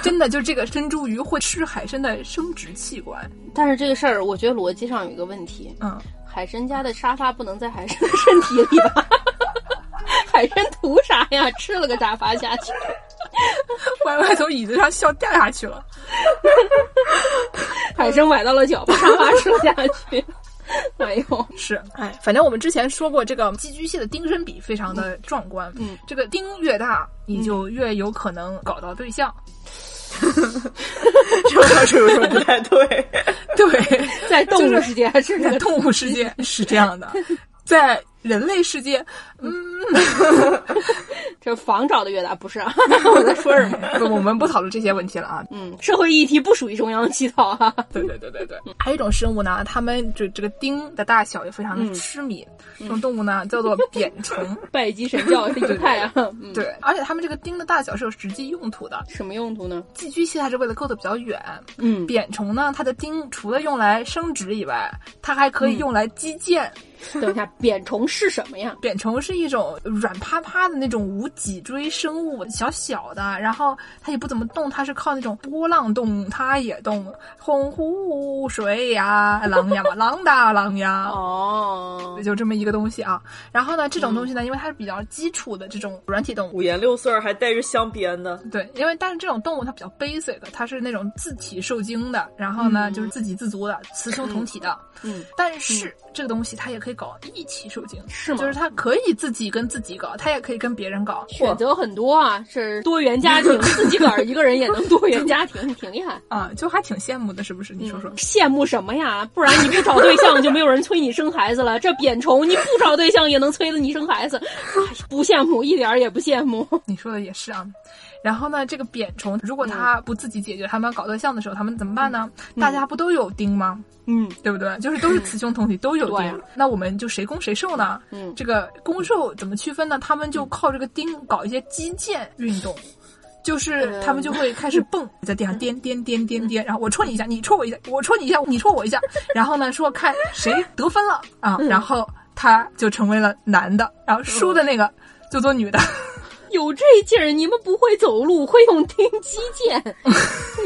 C: 真的，就这个珍珠鱼会吃海参的生殖器官，
A: 但是这个事儿，我觉得逻辑上有一个问题。
C: 嗯，
A: 海参家的沙发不能在海参的身体里吧？ 海参图啥呀？吃了个沙发下去，
C: 歪歪从椅子上笑掉下去了。
A: 海参崴到了脚，把沙发吃了下去。 哎呦，
C: 是，哎，反正我们之前说过，这个寄居蟹的丁身比非常的壮观。
A: 嗯，
C: 这个丁越大，你就越有可能搞到对象。
B: 这个开始有什么不太 对？
C: 对，
A: 在动物世界还是
C: 在动物 世界是这样的，在人类世界，
A: 这房找的越大，不是啊？我在说什么？
C: 不，呃我们不讨论这些问题了啊。
A: 嗯， 社会议题不属于中央乞讨哈、啊。
C: 对对对对对，还有一种生物呢，它们就这个丁的大小也非常
A: 嗯
C: 的痴迷。这种动物呢叫做扁 虫，
A: 拜基神教是犹太啊，嗯，
C: 对，而且它们这个丁的大小是有实际用途的。
A: 什么用途呢？
C: 寄居蟹它是为了够得比较远，
A: 嗯，
C: 扁虫呢，它的钉除了用来生殖以外，它还可以用来击剑。
A: 等一下，扁虫是什么呀？
C: 扁虫是一种软趴趴的那种无脊椎生物，小小的，然后它也不怎么动，它是靠那种波浪动，它也动，洪湖水呀，浪呀嘛，浪哒浪呀。
A: 哦，
C: 就这么一个东西啊，然后呢，这种东西呢，因为它是比较基础的这种软体动物，
B: 五颜六色，还带着镶边的。
C: 对，因为但是这种动物它比较 basic，它是那种自体受精的，然后呢、就是自给自足的，雌雄同体的。
A: 嗯，
C: 但是、这个东西它也可以搞一起受精，
A: 是吗？
C: 就是它可以自己跟自己搞，它也可以跟别人搞。
A: 选择很多啊，是多元家 庭，自己个儿一个人也能多元家庭，挺厉害。嗯
C: 啊、就还挺羡慕的，是不是？你说说，
A: 羡慕什么呀？不然你不找对象，就没有人催你生孩子了。 这扁虫，你不找对象也能催着你生孩子，哎呀不羡慕，一点儿也不羡慕。
C: 你说的也是啊。然后呢，这个扁虫如
A: 嗯
C: 果它不自己解决，它们要搞对象的时候，它们怎么办呢？大家不都有钉吗？
A: 嗯，
C: 对不对？就是都是雌雄同体，都有
A: 对啊
C: 丁，那我们就谁攻谁受呢？
A: 嗯
C: 这个攻受怎么区分呢？他们就靠这个钉搞一些击剑运动。就是他们就会开始蹦，在地上颠颠颠颠颠，然后我戳你一下，你戳我一下，我戳你一下，你戳我一下，然后呢说看谁得分了啊，然后他就成为了男的，然后输的那个就做女的，
A: 有这劲儿，你们不会走路，会用听击剑，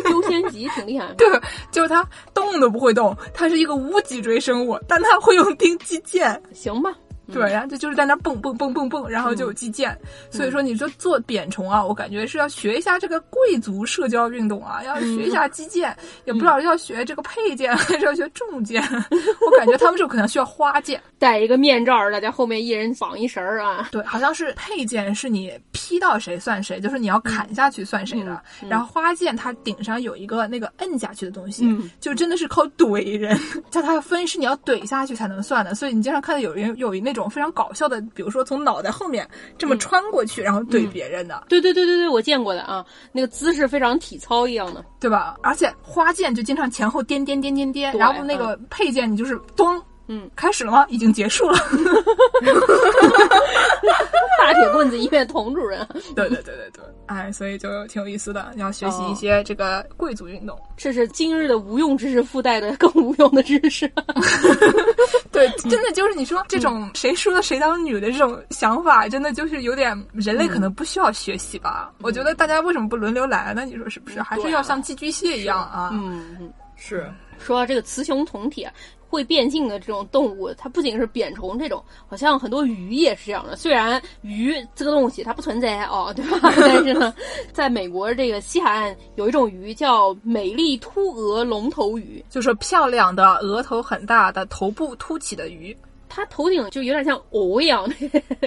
A: 这优先级挺厉害。
C: 对，就是它动都不会动，它是一个无脊椎生物，但它会用钉击剑。
A: 行吧，
C: 对，然后它就是在那儿蹦蹦蹦蹦蹦，然后就有击剑。所以说，你说做扁虫啊，我感觉是要学一下这个贵族社交运动啊，要学一下击剑，也不知道要学这个佩剑还是要学重剑。我感觉他们这可能需要花剑。
A: 戴一个面罩儿，大家后面一人绑一绳儿啊。
C: 对，好像是佩剑是你劈到谁算谁，就是
A: 嗯
C: 你要砍下去算谁的。然后花剑它顶上有一个那个摁下去的东西，
A: 嗯
C: 就真的是靠怼人。它它的分是你要怼下去才能算的，所以你经常看到有人有那种非常搞笑的，比如说从脑袋后面这么
A: 嗯
C: 穿过去，然后怼别人的，
A: 对对对对对，我见过的啊，那个姿势非常体操一样的。
C: 对吧？而且花剑就经常前后颠颠颠颠颠，
A: 对
C: 然后那个佩剑你就是咚。
A: 嗯，
C: 开始了吗？已经结束 了。
A: 大铁棍子一面铜主人，啊
C: 对对对对对，哎，所以就挺有意思的，你要学习
A: 哦
C: 一些这个贵族运动。
A: 这是今日的无用知识附带的更无用的知识。
C: 对，
A: 嗯
C: 真的就是你说这种谁输了谁当女的这种想法，真的就是有点人类
A: 嗯
C: 可能不需要学习吧？我觉得大家为什么不轮流来呢？你说是不是？还是要像寄居蟹一样啊？
A: 啊嗯，嗯
B: 是，
A: 说到这个雌雄同体啊，会变性的这种动物，它不仅是扁虫这种，好像很多鱼也是这样的。虽然鱼这个东西它不存在哦，对吧？ 但是呢，在美国这个西海岸有一种鱼叫美丽秃额龙头鱼，
C: 就说漂亮的、额头很大的、头部凸起的鱼
A: 它头顶就有点像鹅一样，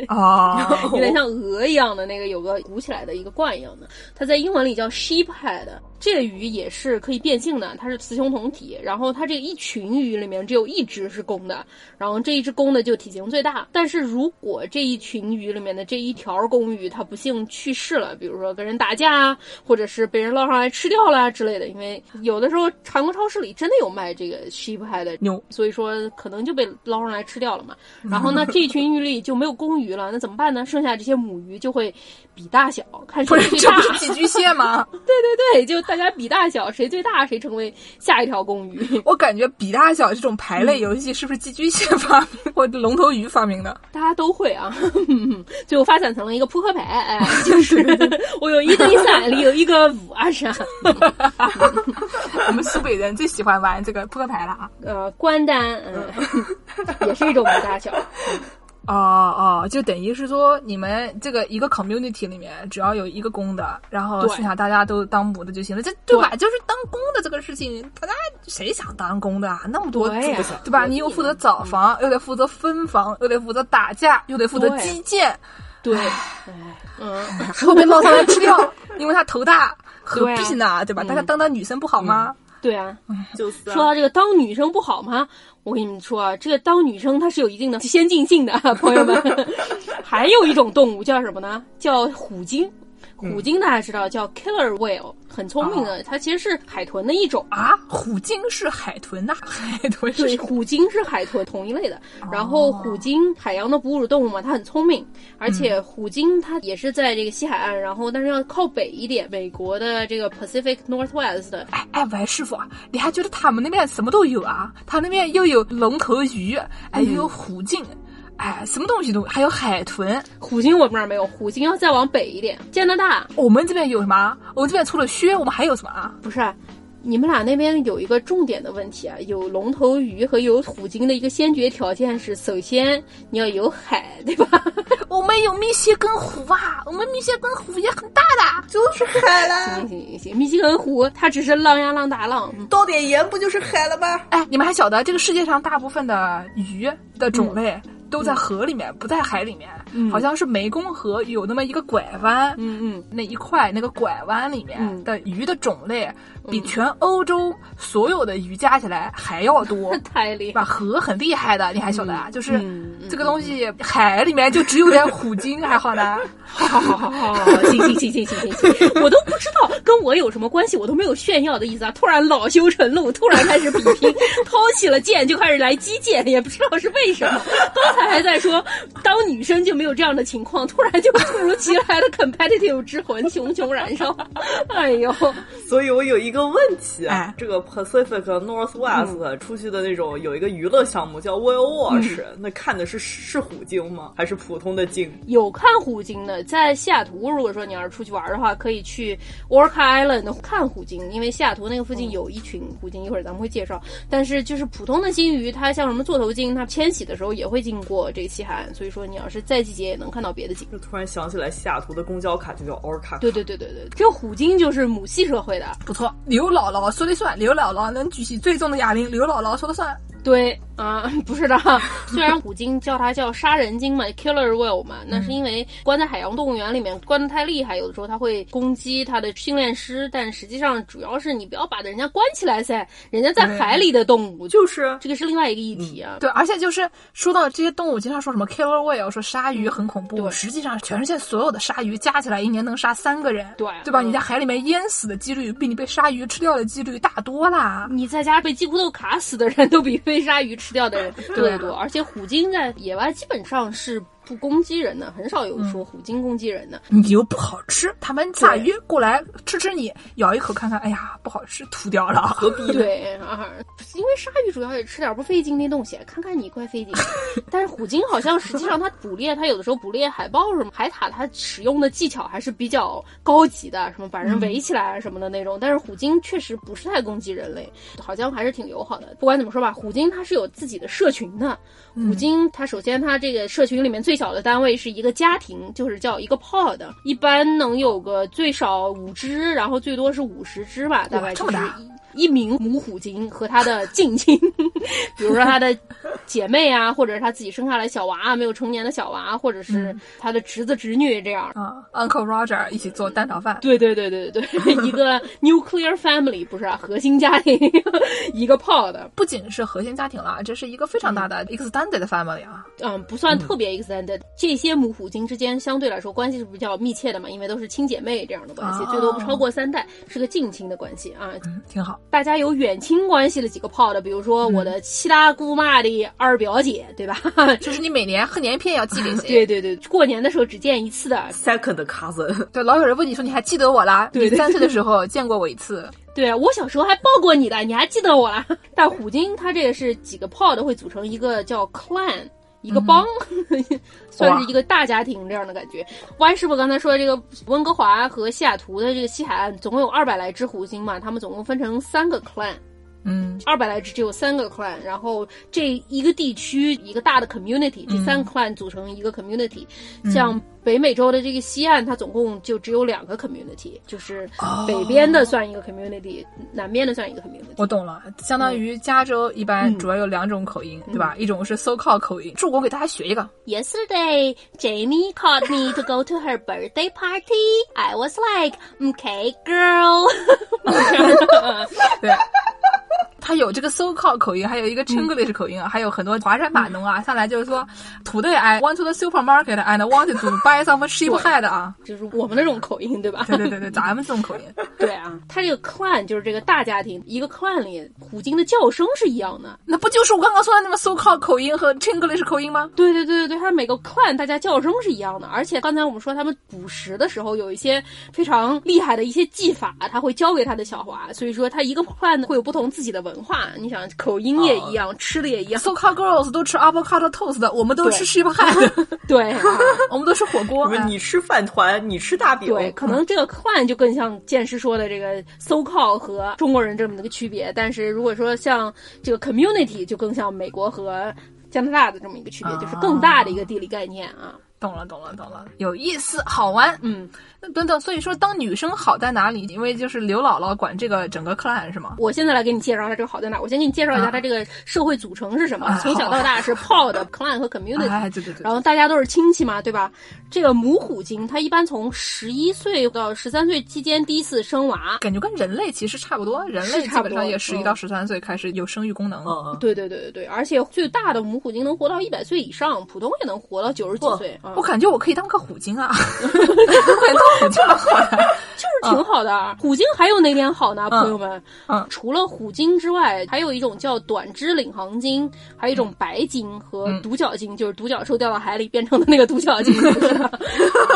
C: 啊，
A: 有点像鹅一样的那个有个鼓起来的一个冠一样的，它在英文里叫 sheep head。这个鱼也是可以变性的，它是雌雄同体，然后它这一群鱼里面只有一只是公的，然后这一只公的就体型最大。但是如果这一群鱼里面的这一条公鱼它不幸去世了，比如说跟人打架啊，或者是被人捞上来吃掉了啊之类的，因为有的时候韩国超市里真的有卖这个 sheep head
C: 牛
A: 所以说可能就被捞上来吃掉了嘛。然后呢，这一群鱼里就没有公鱼了，那怎么办呢？剩下这些母鱼就会比大小，看
C: 不
A: 谁
C: 是
A: 最
C: 这
A: 大
C: 不。是寄居蟹吗？
A: 对，就大家比大小，谁最大谁成为下一条公鱼。
C: 我感觉比大小这种排
A: 嗯
C: 类游戏是不是寄居蟹发明 或者龙头鱼发明的？
A: 大家都会啊， 最后发展成了一个扑克牌，哎，就是 我有一对三，里有一个五啊啥。
C: 我们西北人最喜欢玩这个扑克牌了啊！
A: 呃，关单，嗯，也是一种比大小。
C: 哦哦，就等于是说，你们这个一个 community 里面，只要有一个公的，然后
A: 对
C: 剩下大家都当母的就行了，这对吧？就是当公的这个事情，大家谁想当公的啊？那么多
A: 对
C: 对,、
A: 呀嗯
C: 对吧？你又负责找房，又得负责分房，又得负责打架，又得负责
A: 对
C: 击剑，
A: 对，哎，嗯，
C: 后被捞上来吃掉， 因为他头大，何
A: 对啊
C: 必呢？对吧？大家当当女生不好吗？
A: 对啊。
B: 就是、
A: 说到这个当女生不好吗？我跟你们说啊，这个当女生它是有一定的先进性的， 朋友们。还有一种动物叫什么呢？叫虎鲸。虎鲸大家知道叫 killer whale，很聪明的，它其实是海豚的一种。
C: 啊，虎鲸是海豚呐、 海豚是
A: 对，
C: 什么
A: 虎鲸 是哦海豚同一类的。然后虎鲸，海洋的哺乳动物嘛，它很聪明，而且虎鲸它也是在这个西海岸，然后但是要靠北一点，美国的这个 Pacific Northwest 的
C: 哎哎，喂，师傅啊，你还觉得他们那边什么都有啊？他那边又有龙头鱼，哎，又有虎鲸，哎，什么东西都有，还有海豚。
A: 虎鲸，我们这儿没有。虎鲸要再往北一点，加拿大
C: 我们这边有什么？啊我们这边除了靴，我们还有什么啊？
A: 不是啊，你们俩那边有一个重点的问题啊，有龙头鱼和有虎鲸的一个先决条件是，首先你要有海，对吧？
C: 我们有密歇根湖啊，我们密歇根湖也很大的。
D: 就是海啦，
A: 行
B: 嗯
A: 行行行，密西根湖它只是浪呀浪打浪，嗯
D: 倒点盐不就是海了吗？
C: 哎，你们还晓得这个世界上大部分的鱼的种类？都在河里面，不在海里面。好像是湄公河有那么一个拐弯，
A: 嗯嗯，
C: 那一块那个拐弯里面
A: 嗯，
C: 的鱼的种类，比全欧洲所有的鱼加起来还要多
A: 嗯太厉
C: 对
A: 害。
C: 吧？河很厉害的，你还晓得啊？就是
A: 嗯嗯
C: 这个东西，海里面就只有点虎鲸，还好 呢。
A: 好好好好好好，哦行行行行行行行，我都不知道跟我有什么关系，我都没有炫耀的意思啊！突然恼羞成怒，突然开始比拼，掏起了剑就开始来击剑，也不知道是为什么。刚才还在说当女生就没有。没有这样的情况，突然就突如其来的 competitive 之魂熊熊燃烧，哎呦，
B: 所以我有一个问题啊，
C: 哎
B: 这个 Pacific Northwest、出
A: 嗯
B: 去的那种有一个娱乐项目叫 Whale Watch，、那看的是是虎鲸吗？还是普通的鲸？
A: 有看虎鲸的，在西雅图，如果说你要是出去玩的话，可以去 Orca Island 看虎鲸，因为西雅图那个附近有一群虎鲸，一会儿咱们会介绍。但是就是普通的鲸鱼，它像什么座头鲸，它迁徙的时候也会经过这个西海岸，所以说你要是在季节也能看到别的鲸。
B: 就突然想起来，西雅图的公交卡就叫 Orca 卡。
A: 对对对对对，这虎鲸就是母系社会的，
C: 不错，刘姥姥说了算，刘姥姥能举起最重的哑铃，刘姥姥说了算。
A: 对啊、 不 是的，虽然虎鲸叫它叫杀人鲸嘛，killer whale 嘛，那
C: 嗯
A: 是因为关在海洋动物园里面关的太厉害，有的时候它会攻击它的训练师，但实际上主要是你不要把人家关起来噻，人家在海里的动物，
C: 嗯
A: 就
B: 就是
A: 这个是另外一个议题啊。
C: 对，而且就是说到这些动物，经常说什么 killer whale，说鲨鱼很恐怖，
A: 嗯对
C: 实际上全世界所有的鲨鱼加起来一年能杀三个人，
A: 对
C: 对吧？
A: 嗯
C: 你在海里面淹死的几率比你被鲨鱼吃掉的几率大多啦。
A: 你在家被鸡骨头卡死的人都比被鲨鱼吃掉的人 多
C: 对啊
A: 得多，而且虎鲸在野外基本上是不攻击人的，很少有
C: 嗯
A: 说虎鲸攻击人的。
C: 你又不好吃，他们鲨鱼过来吃吃你，咬一口看看，哎呀，不好吃，吐掉了。
B: 何必呢？
A: 对啊，因为鲨鱼主要也吃点不费劲的东西，看看你怪费劲。但是虎鲸好像实际上它捕猎，它有的时候捕猎海豹什么海獭，它使用的技巧还是比较高级的，什么把人围起来啊什么的那种。但是虎鲸确实不是太攻击人类，好像还是挺友好的。不管怎么说吧，虎鲸它是有自己的社群的。
C: 嗯
A: 虎鲸它首先它这个社群里面最小的单位是一个家庭，就是叫一个 pod，一般能有个最少五只，然后最多是五十只吧，大概
C: 这
A: 就
C: 么
A: 是
C: 大
A: 一。一名母虎鲸和它的近亲， 比如说它的姐妹啊，或者是它自己生下来小娃啊，没有成年的小娃，或者是
C: 嗯
A: 它的侄子侄女这样。
C: 啊，Uncle Roger 一起做蛋炒饭，
A: 对对对对对对， 一个 nuclear family 不是啊，核心家庭， 一个 pod，
C: 不仅是核心家庭了，这是一个非常大的 extended family 啊。
A: 嗯，不算特别 extended、这些母虎鲸之间相对来说关系是比较密切的嘛，因为都是亲姐妹这样的关系，
C: 哦
A: 最多不超过三代，是个近亲的关系啊。
C: 嗯，挺好。
A: 大家有远亲关系的几个 pod，比如说我的
C: 嗯
A: 七大姑妈的二表姐，对吧？
C: 就是你每年贺年片要寄 给谁？
A: 对对对，过年的时候只见一次的，
B: Second cousin，
C: 对，老有人问你说你还记得我啦？
A: 对对
C: 你三岁的时候见过我一次。
A: 对啊我小时候还抱过你的，你还记得我啊啦？ 但虎鲸它这个是几个 pod 会组成一个叫 clan。一个帮， 算是一个大家庭这样的感觉。弯师傅刚才说的这个温哥华和西雅图的这个西海岸，总共有二百来只虎鲸嘛，他们总共分成三个 clan，
C: 嗯，
A: 二百来只只有三个 clan，然后这一个地区一个大的 community，这三个 clan 组成一个 community、像北美洲的这个西岸，它总共就只有两个 community，就是北边的算一个 community，、南边的算一个 community。
C: 我懂了，相当于加州一般
A: 嗯
C: 主要有两种口音，对吧？一种是 so called 口音，嗯助攻给大家学一个。
A: Yesterday, Jamie called me to go to her birthday party. I was like, "Okay, girl."
C: 对。 他有这个 so called 口音，还有
A: 嗯
C: 一个 Chinglish 口音啊，还有很多华山码农啊，上来就是说，Today I went to the supermarket and wanted to buy some sheep head 啊，
A: 就是我们那种口音，对吧？
C: 对对对对，咱们这种口音，
A: 对啊，他这个 clan 就是这个大家庭，一个 clan 里虎鲸的叫声是一样的。
C: 那不就是我刚刚说的那么 so called 口音和 Chinglish 口音吗？
A: 对对对对对，它每个 clan 大家叫声是一样的，而且刚才我们说他们捕食的时候有一些非常厉害的一些技法，他会教给他的小华，所以说他一个 clan 会有不同自己的文化。你想口音也一样，吃的也一样，
C: so called girls 都吃 avocado toast，我们都
A: 对
C: 吃 sheep head，
A: 对啊、
C: 我们都吃火锅
B: 什。么
C: 哎
B: 你吃饭团，你吃大饼，
A: 对，可能这个 clan 就更像剑师说的这个 so call 和中国人这么的一个区别，但是如果说像这个 community 就更像美国和加拿大的这么一个区别，就是更大的一个地理概念啊。
C: 懂了，懂了，懂了，有意思，好玩。
A: 嗯，
C: 那等等，所以说当女生好在哪里？因为就是刘姥姥管这个整个 clan 是吗？
A: 我现在来给你介绍一下这个好在哪儿。我先给你介绍一下它这个社会组成是什么。
C: 啊
A: 从小到大是 pod、clan 和 community。
C: 哎，对对对，
A: 然后大家都是亲戚嘛，对吧？这个母虎鲸，它一般从十一岁到十三岁期间第一次生娃，
C: 感觉跟人类其实差不多，人类
A: 是
C: 基
A: 差不多
C: 本上也十一
A: 嗯
C: 到十三岁开始有生育功能。
B: 嗯，嗯
A: 对对对对对，而且最大的母虎鲸能活到一百岁以上，普通也能活到九十几岁啊。
C: 我感觉我可以当个虎鲸啊，我感觉当虎鲸好玩。
A: 就是这挺好的。啊虎鲸还有哪点好呢，朋友们？
C: 嗯
A: 除了虎鲸之外，还有一种叫短肢领航鲸，还有一
C: 嗯
A: 种白鲸和独角鲸，就是独角兽掉到海里变成的那个独角 鲸。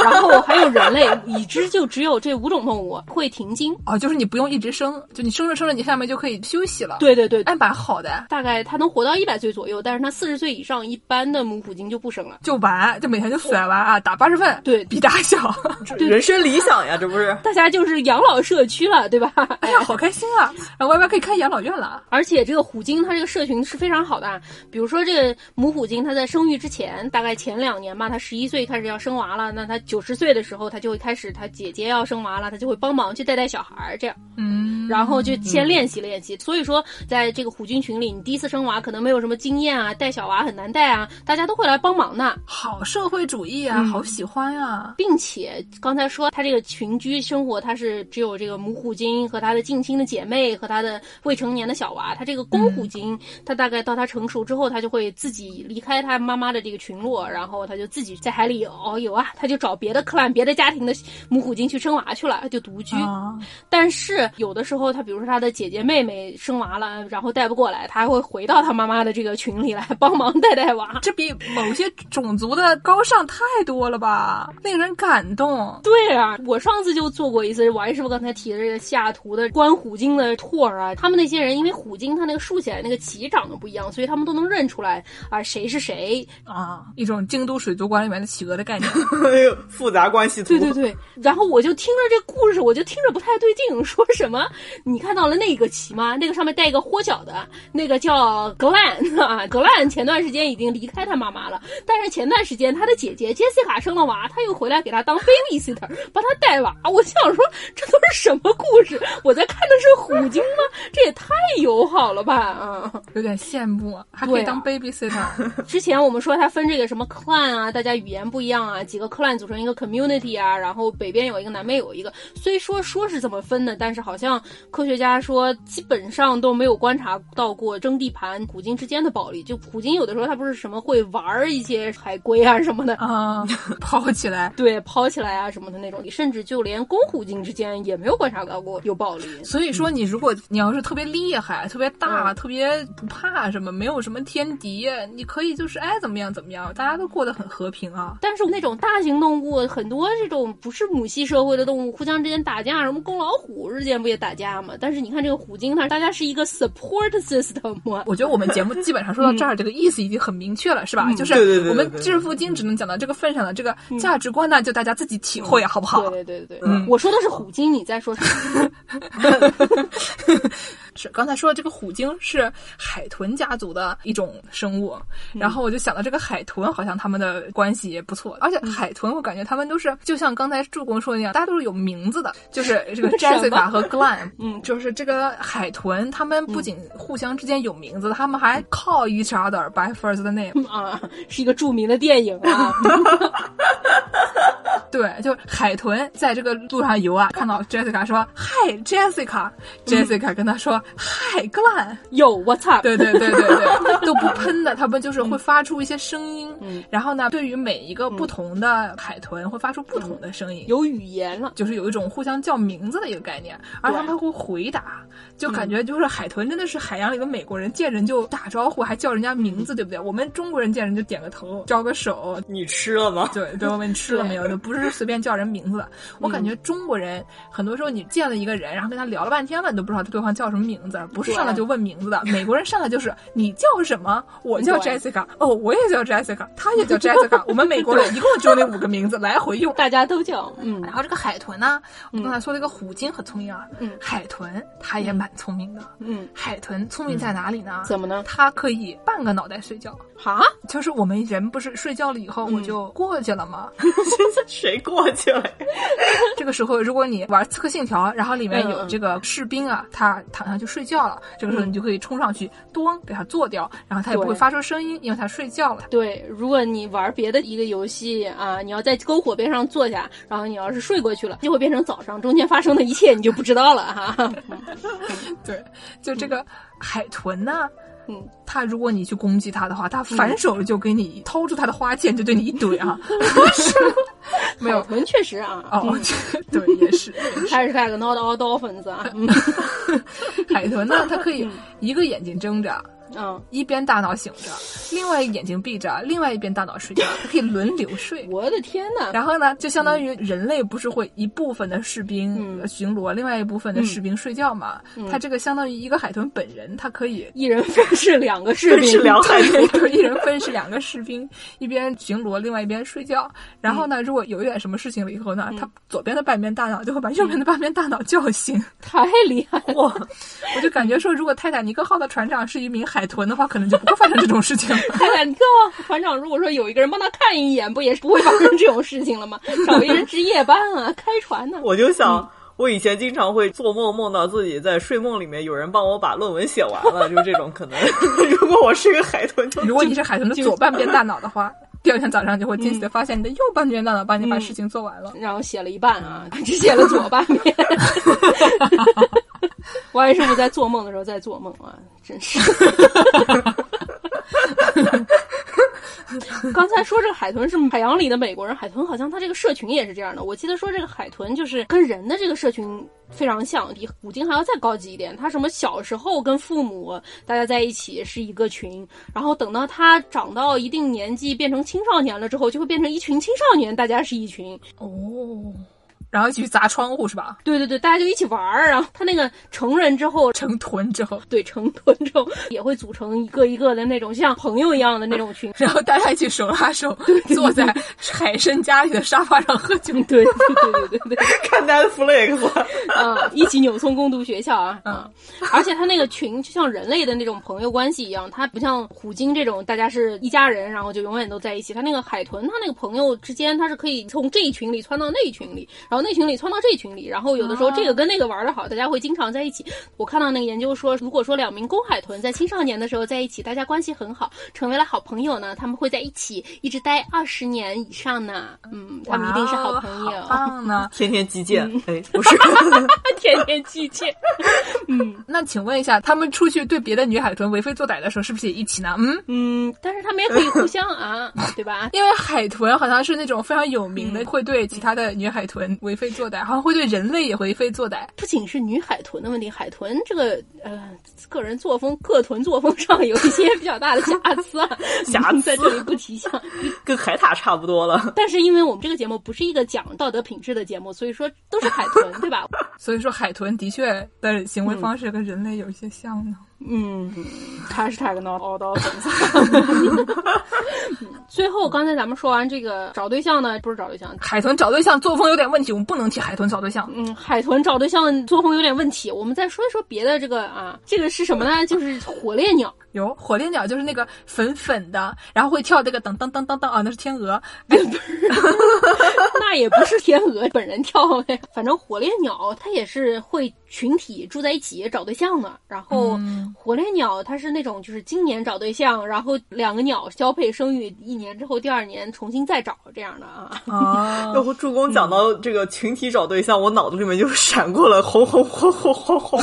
A: 然后还有人类，已知就只有这五种动物会停经。
C: 哦，就是你不用一直生，就你生着生着，你下面就可以休息了。，
A: 对对对，
C: 哎，蛮好的，
A: 大概它能活到一百岁左右，但是它四十岁以上，一般的母虎鲸就不生了。
C: 就玩，就每天就甩玩啊，打八十分，
A: 对
C: 比大 小，
A: 对
B: 人生理想呀，这不是？
A: 大家就是养老社区了，对吧？
C: 哎呀，好开心啊！然后 Y Y 可以开养老院了。
A: 而且这个虎鲸它这个社群是非常好的，啊，比如说这个母虎鲸，它在生育之前，大概前两年吧，它十一岁开始要生娃了，那它九十岁的时候，它就会开始，它姐姐要生娃了，它就会帮忙去带带小孩儿，这样，
C: 嗯，
A: 然后就先练习练习。所以说，在这个虎鲸群里，你第一次生娃可能没有什么经验啊，带小娃很难带啊，大家都会来帮忙的。
C: 好社会主义
A: 嗯
C: 啊，好喜欢啊！
A: 并且刚才说它这个群居生活，它是只有这个母虎鲸和它的近亲的姐妹和它的未成年的小娃。它这个公虎鲸，它大概到它成熟之后，它就会自己离开它妈妈的这个群落，然后它就自己在海里遨游啊，它就找别的克兰、别的家庭的母虎鲸去生娃去了，它就独居。
C: 啊，
A: 但是有的时候，他比如说他的姐姐妹妹生娃了，然后带不过来，他还会回到他妈妈的这个群里来帮忙带带娃。
C: 这比某些种族的高尚太多了吧，令人感动。
A: 对啊，我上次就做过一次王师傅刚才提的这个西雅图的观虎鲸的 tour 啊，他们那些人因为虎鲸它那个竖起来那个鳍长得不一样，所以他们都能认出来啊谁是谁。
C: 啊，一种京都水族馆里面的企鹅 的概念。
B: 哎呦，复杂关系图。
A: 对对对，然后我就听着这故事，我就听着不太对劲，说什么 你看到了那个鳍吗？那个上面带一个豁角的，那个叫格兰 啊，格兰前段时间已经离开他妈妈了，但是前段时间他的姐姐 Jessica 生了娃，他又回来给他当 baby sitter，把他带娃。我就想说这都是什么故事？我在看的是虎鲸吗？这也太友好了吧啊！
C: 有点羡慕，还可
A: 对
C: 以
A: 啊
C: 当 babysitter。
A: 之前我们说它分这个什么 clan 啊，大家语言不一样啊，几个 clan 组成一个 community 啊，然后北边有一个，南边有一个。虽说说是这么分的，但是好像科学家说基本上都没有观察到过争地盘虎鲸之间的暴力。就虎鲸有的时候它不是什么会玩儿一些海龟啊什么的。
C: 啊，跑起来。
A: 对，抛起来啊什么的那种，甚至就连公虎鲸之间也没有观察到过有暴力。
C: 所以
B: 嗯
C: 说，你如果你要是特别厉害、特别大、特别不怕什么，没有什么天敌，你可以就是爱怎么样怎么样，大家都过得很和平啊。
A: 但是那种大型动物，很多这种不是母系社会的动物，互相之间打架，什么公老虎之间不也打架吗？但是你看这个虎鲸，它大家是一个 support system 啊。
C: 我觉得我们节目基本上说到这儿，这个意思已经很明确了，是吧？就
B: 嗯
C: 是
B: 对对对
C: 我们
B: 对嗯对
C: 致富经只能讲到这个份上了，这个价值观呢，就大家自己体会，好不好？
A: 对对对对，
B: 嗯
A: 我说的是 虎鲸，你在说什么？
C: 是刚才说的这个虎鲸是海豚家族的一种生物，然后我就想到这个海豚好像他们的关系也不错，而且海豚我感觉他们都是就像刚才助攻说的那样，大家都是有名字的，就是这个 Jessica 和 Glenn，
A: 嗯
C: 就是这个海豚，他们不仅互相之间有名字，他们还 call each other by first name，
A: 啊，是一个著名的电影啊。
C: 对，就是海豚在这个路上游啊，看到 Jessica 说嗨 Jessica，Jessica 跟他说嗨 Glenn。
A: Yo, what's up？
C: 对对对对 对，都不喷的，它们就是会发出一些声音。
A: 嗯
C: 然后呢，对于每一个不同的海豚，会发出不同的声音。
A: 嗯有语言了。
C: 就是有一种互相叫名字的一个概念，而
A: 对嗯
C: 他们会回答，就感觉就是海豚真的是海洋里的美国人，见人就打招呼，还叫人家名
A: 嗯
C: 字，对不对？我们中国人见人就点个头，招个手，
B: 你吃了吗？
C: 对，对，我嗯问你吃了没有，就不是随便叫人名字的。我感觉中国人很多时候你见了一个人，然后跟他聊了半天了，你都不知道对方叫什么名字，不是上来就问名字的。美国人上来就是你叫什么，我叫
A: 对
C: Jessica，哦，我也叫 Jessica，他也叫 Jessica，我 们美国人一共就那五个名字来回用。嗯
A: 大家都叫，嗯，
C: 然后这个海豚呢，我刚才说这个虎鲸很聪明啊，
A: 嗯
C: 海豚它也蛮聪明的。
A: 嗯
C: 海豚聪明在哪里呢？
A: 怎么呢
C: 它可以半个脑袋睡觉。嗯
A: 哈，
C: 嗯就是我们人不是睡觉了以后我就过去了吗？
B: 谁过去了？
C: 这个时候，如果你玩《刺客信条》，然后里面
A: 嗯
C: 有
A: 嗯
C: 这个士兵啊，他躺下去睡觉了，这个时候
A: 嗯
C: 你就可以冲上去，咣给他做掉，然后他也不
A: 对
C: 会发出声音，因为他睡觉了。
A: 对，如果你玩别的一个游戏啊，你要在篝火边上坐下，然后你要是睡过去了，就会变成早上，中间发生的一切你就不知道了哈。
C: 对，就这个海豚呢，
A: 嗯，
C: 他如果你去攻击他的话，他反手就给你掏出他的花剑，就对你一怼 啊，没有
A: 海豚确实啊，
C: 哦，对，也是，
A: 还是那个 not all dolphins 啊，嗯
C: 海豚呢，它可以一个眼睛睁着，
A: 嗯，
C: 一边大脑醒着，另外一个眼睛闭着，另外一边大脑睡觉，它可以轮流睡。
A: 我的天呐，
C: 然后呢，就相当于人类不是会一部分的士兵
A: 嗯
C: 呃巡逻，另外一部分的士兵睡觉嘛？
A: 嗯
C: 它这个相当于一个海豚本人，它可以
A: 一人分饰两个士
B: 分饰
A: 兵，
B: 两海豚
C: 就是一人分饰两个士兵，一边巡逻，另外一边睡觉。然后呢，如果有一点什么事情了以后呢，他左边的半边大脑就会把右边的半边大脑叫醒。
A: 太厉害了！
B: 哇，
C: 我就感觉说，如果泰坦尼克号的船长是一名海豚的话，可能就不会发生这种事情了。
A: 泰坦尼克号船长如果说有一个人帮他看一眼，不也是不会发生这种事情了吗？找一人值夜班啊，开船呢、
B: 我就想。我以前经常会做梦，梦到自己在睡梦里面有人帮我把论文写完了，就是这种可能。 如果我是个海豚，就
C: 如果你是海豚的左半边大脑的话，第二天早上就会惊喜的发现你的右半边大脑帮你把事情做完了。
A: 然后写了一半啊，只 写了左半边。我还是不是在做梦的时候在做梦啊？真是。 刚才说这个海豚是海洋里的美国人，海豚好像它这个社群也是这样的。我记得说这个海豚就是跟人的这个社群非常像，比虎鲸还要再高级一点。它什么小时候跟父母大家在一起是一个群，然后等到它长到一定年纪变成青少年了之后，就会变成一群青少年，大家是一群。
C: 哦，然后一起去砸窗户是吧？
A: 对对对，大家就一起玩儿。然后他那个成人之后，
C: 成豚之后，
A: 对成团之后，也会组成一个一个的那种像朋友一样的那种群。
C: 然后大家一起手拉手坐在海参家里的沙发上喝酒。
A: 对对对对对对，
B: 看 Netflix，
A: 啊，一起扭送攻读学校啊，啊，而且他那个群就像人类的那种朋友关系一样，它不像虎鲸这种大家是一家人，然后就永远都在一起。它那个海豚，它那个朋友之间，它是可以从这一群里窜到那一群里，然后那群里窜到这一群里，然后有的时候这个跟那个玩的好，大家会经常在一起。我看到那个研究说，如果说两名公海豚在青少年的时候在一起，大家关系很好，成为了好朋友呢，他们会在一起一直待二十年以上呢。嗯，他们一定是好朋友。
C: 哇哦好棒呢。
B: 天天击剑，哎，不是，
A: 天天击剑，
C: 那请问一下，他们出去对别的女海豚为非作歹的时候，是不是也一起呢？嗯，
A: 嗯，但是他们也可以互相 啊，对吧？
C: 因为海豚好像是那种非常有名的，
A: 嗯
C: 会对其他的女海豚为非作歹，好像会对人类也为非作歹。
A: 不仅是女海豚的问题，海豚这个呃个人作风、个豚作风上有一些比较大的瑕疵 啊，
B: 瑕疵
A: 在这里不提倡。
B: 跟海獭差不多了。
A: 但是因为我们这个节目不是一个讲道德品质的节目，所以说都是海豚，对吧？
C: 所以说，海豚的确的行为方式跟人类有一些像呢。
A: 嗯，他是他个闹叨叨 粉丝。嗯最后，刚才咱们说完这个找对象呢，不是找对象，
C: 海豚找对象作风有点问题，我们不能替海豚找对象。
A: 嗯，海豚找对象作风有点问题。我们再说一说别的这个啊，这个是什么呢？就是火烈鸟。
C: 有火烈鸟就是那个粉粉的，然后会跳这个噔噔噔噔噔啊，那是天鹅。
A: 那也不是天鹅本人跳的， 反正火烈鸟它也是会群体住在一起找对象的。然后火烈鸟它是那种就是今年找对象，然后两个鸟交配生育一年之后，第二年重新再找这样的啊。
C: 哦，
B: 要不助攻讲到这个群体找对象，我脑子里面就闪过了红红红红红红。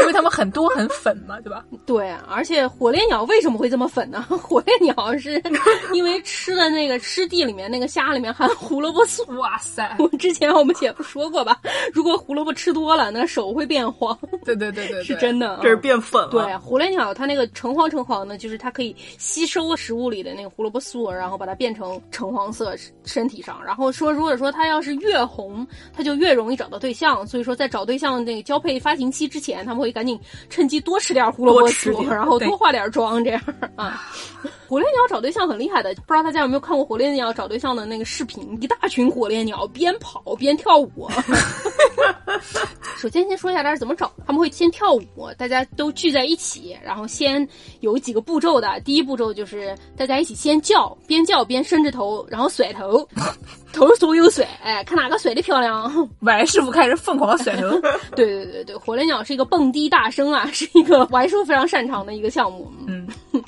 C: 因为它们很多很粉嘛，对吧？
A: 对，啊而且火烈鸟为什么会这么粉呢？ 火烈鸟是因为吃的那个湿地里面那个虾里面含胡萝卜素。
C: 哇塞，
A: 我之前我们姐夫说过吧，如果胡萝卜吃多了，那手会变黄，
C: 对对对对对，
A: 是真的啊。
B: 这是变粉了。
A: 对，火烈鸟它那个橙黄橙黄呢，就是它可以吸收食物里的那个胡萝卜素，然后把它变成橙黄色身体上。然后说，如果说它要是越红，它就越容易找到对象。所以说，在找对象那个交配发情期之前，他们会赶紧趁机多吃点胡萝卜
B: 多吃
A: 素，
B: 点
A: 然后
C: 对
A: 多化点妆，这样 啊。火烈鸟找对象很厉害的，不知道大家有没有看过火烈鸟找对象的那个视频？一大群火烈鸟边跑边跳舞。 首先先说一下它是怎么找的，他们会先跳舞，大家都聚在一起，然后先有几个步骤的。第一步骤就是大家一起先叫，边叫边伸着头，然后甩头， 头左右甩，哎，看哪个甩的漂亮。
C: 歪师傅开始疯狂甩头。
A: 对对对对，火烈鸟是一个蹦迪大生啊， 是一个玩叔非常擅长的一个项目。
C: 嗯，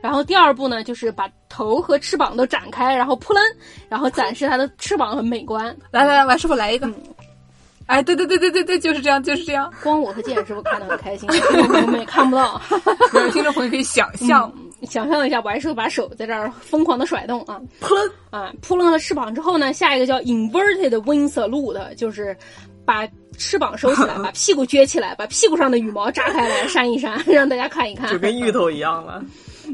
A: 然后第二步呢，就是把头和翅膀都展开，然后扑棱，然后展示它的翅膀很美观。嗯
C: 来来来，歪师傅来一个。哎，对对对对对对，就是这样，就是这 样。
A: 光我和剑师傅看得很开心， 我们也看不到。
C: 没有听众朋友可以想象，
A: 想象一下，白叔把手在这儿疯狂的甩动啊
B: 喷
A: 啊，扑棱了翅膀之后呢，下一个叫 inverted wing salute，就是把翅膀收起来，把屁股撅起来，把屁股上的羽毛炸开来扇一扇， 让大家看一看
B: 就。跟芋头一样了。
A: 嗯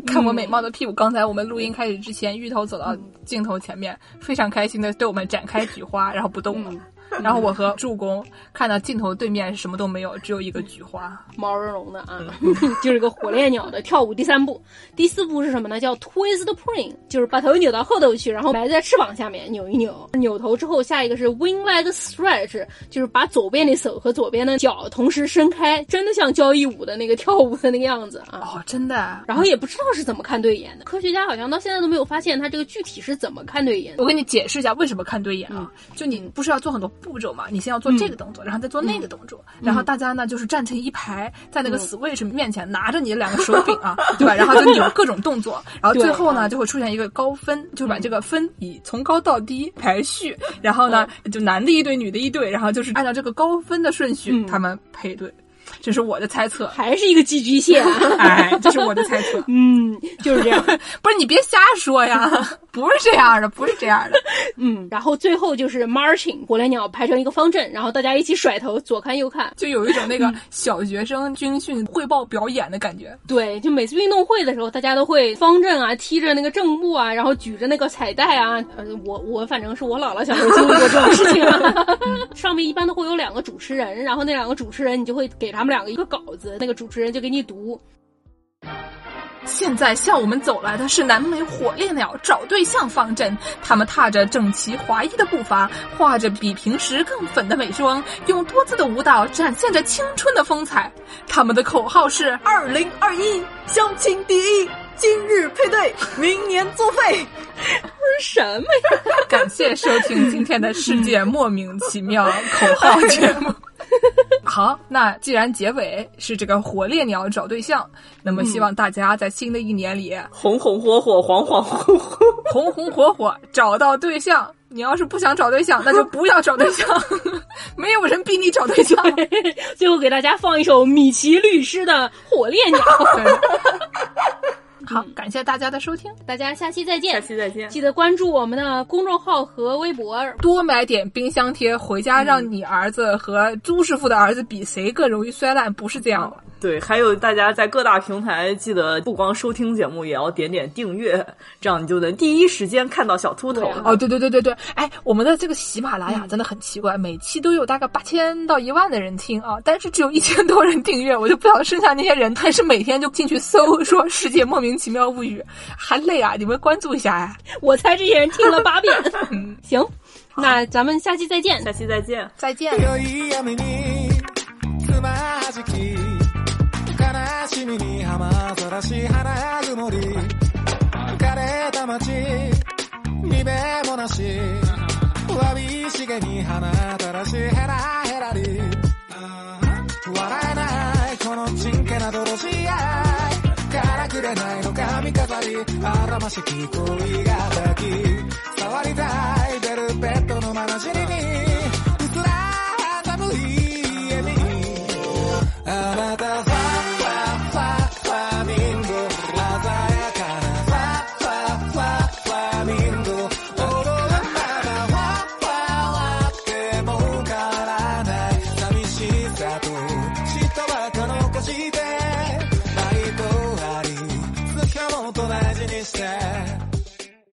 C: 看我美貌的屁股。刚才我们录音开始之前，芋头走到镜头前面，非常开心的对我们展开菊花，然后不动了。
A: 嗯
C: 然后我和助攻看到镜头对面什么都没有，只有一个菊花。
A: 毛茸茸的啊， 就是个火烈鸟的跳舞。第三步，第四步是什么呢？叫 twist preen，就是把头扭到后头去，然后埋在翅膀下面扭一扭。扭头之后，下一个是 wing leg stretch，就是把左边的手和左边的脚同时伸开，真的像交谊舞的那个跳舞的那个样子啊。
C: 哦，真的啊。
A: 然后也不知道是怎么看对眼的，科学家好像到现在都没有发现它这个具体是怎么看对眼的
C: 我。跟你解释一下为什么看对眼啊，
A: 嗯
C: 就你不是要做很多步骤嘛？你先要做这个动作，然后再做那
A: 嗯
C: 个动作，然后大家呢就是站成一排，在那个 Switch 面前拿着你的两个手柄啊，对吧？然后就扭各种动作，然后最后
A: 嗯
C: 呢就会出现一个高分，就是把这个分以从高到低排序，然后呢
A: 嗯
C: 就男的一队，女的一队，然后就是按照这个高分的顺序
A: 嗯。
C: 他们配对，这是我的猜测
A: 还是一个寄居蟹啊，
C: 哎，这是我的猜测，
A: 嗯，就是这样。
C: 不是你别瞎说 呀，不是这样的，不是这样的。
A: 嗯，然后最后就是 marching，火烈鸟排成一个方阵，然后大家一起甩头，左看右看。
C: 就有一种那个小学生军训汇报表演的感觉。
A: 对，就每次运动会的时候，大家都会方阵啊，踢着那个正步啊，然后举着那个彩带啊。呃，我我反正是我姥姥小时候经历过这种事情、 啊。上面一般都会有两个主持人，然后那两个主持人你就会给他们两个一个稿子，那个主持人就给你读。
C: 现在向我们走来的是南美火烈鸟找对象方阵，他们踏着整齐划一的步伐，画着比平时更粉的美妆，用多姿的舞蹈展现着青春的风采。他们的口号是
B: 二零二一相亲第一，今日配对，明年作废。
A: 这是什么呀？：“
C: 感谢收听今天的世界莫名其妙口号节目。”好，那既然结尾是这个火烈鸟找对象，那么希望大家在新的一年里
B: 红红火火，恍恍惚惚，
C: 红红火火找到对象。你要是不想找对象， 那就不要找对象，没有人逼你找对象。
A: 最后给大家放一首米奇律师的《火烈 鸟》，
C: 好，感谢大家的收听，
A: 大家下期再见。
B: 期再见。
A: 记得关注我们的公众号和微博，
C: 多买点冰箱贴回家，让你儿子和朱师傅的儿子比谁更容易摔烂，不是这样的。
B: 对，还有大家在各大平台记得不光收听节目，也要点点订阅，这样你就能第一时间看到小秃头
A: 对啊
B: 了。
C: 哦，嗯对对对对对，哎，我们的这个喜马拉雅真的很奇怪，每期都有大概八千到一万的人听啊，但是只有一千多人订阅，我就不晓得剩下那些人，他是每天就进去搜说“世界莫名其妙物语”，还累啊！你们关注一下呀、
A: 我猜这些人听了八 遍。行，那咱们下期再见。
B: 下期再见。
C: 再 见。
E: 強い闇につまじき悲しみに浜ざらし花曇り浮かれた街にべもなしわびしげに花たらしヘラヘラり笑えないこのちんけな泥仕合からくれないの髪飾りあらましき恋が抱き触りたいベルベットのまなじりにうすら寒い家にあなたさ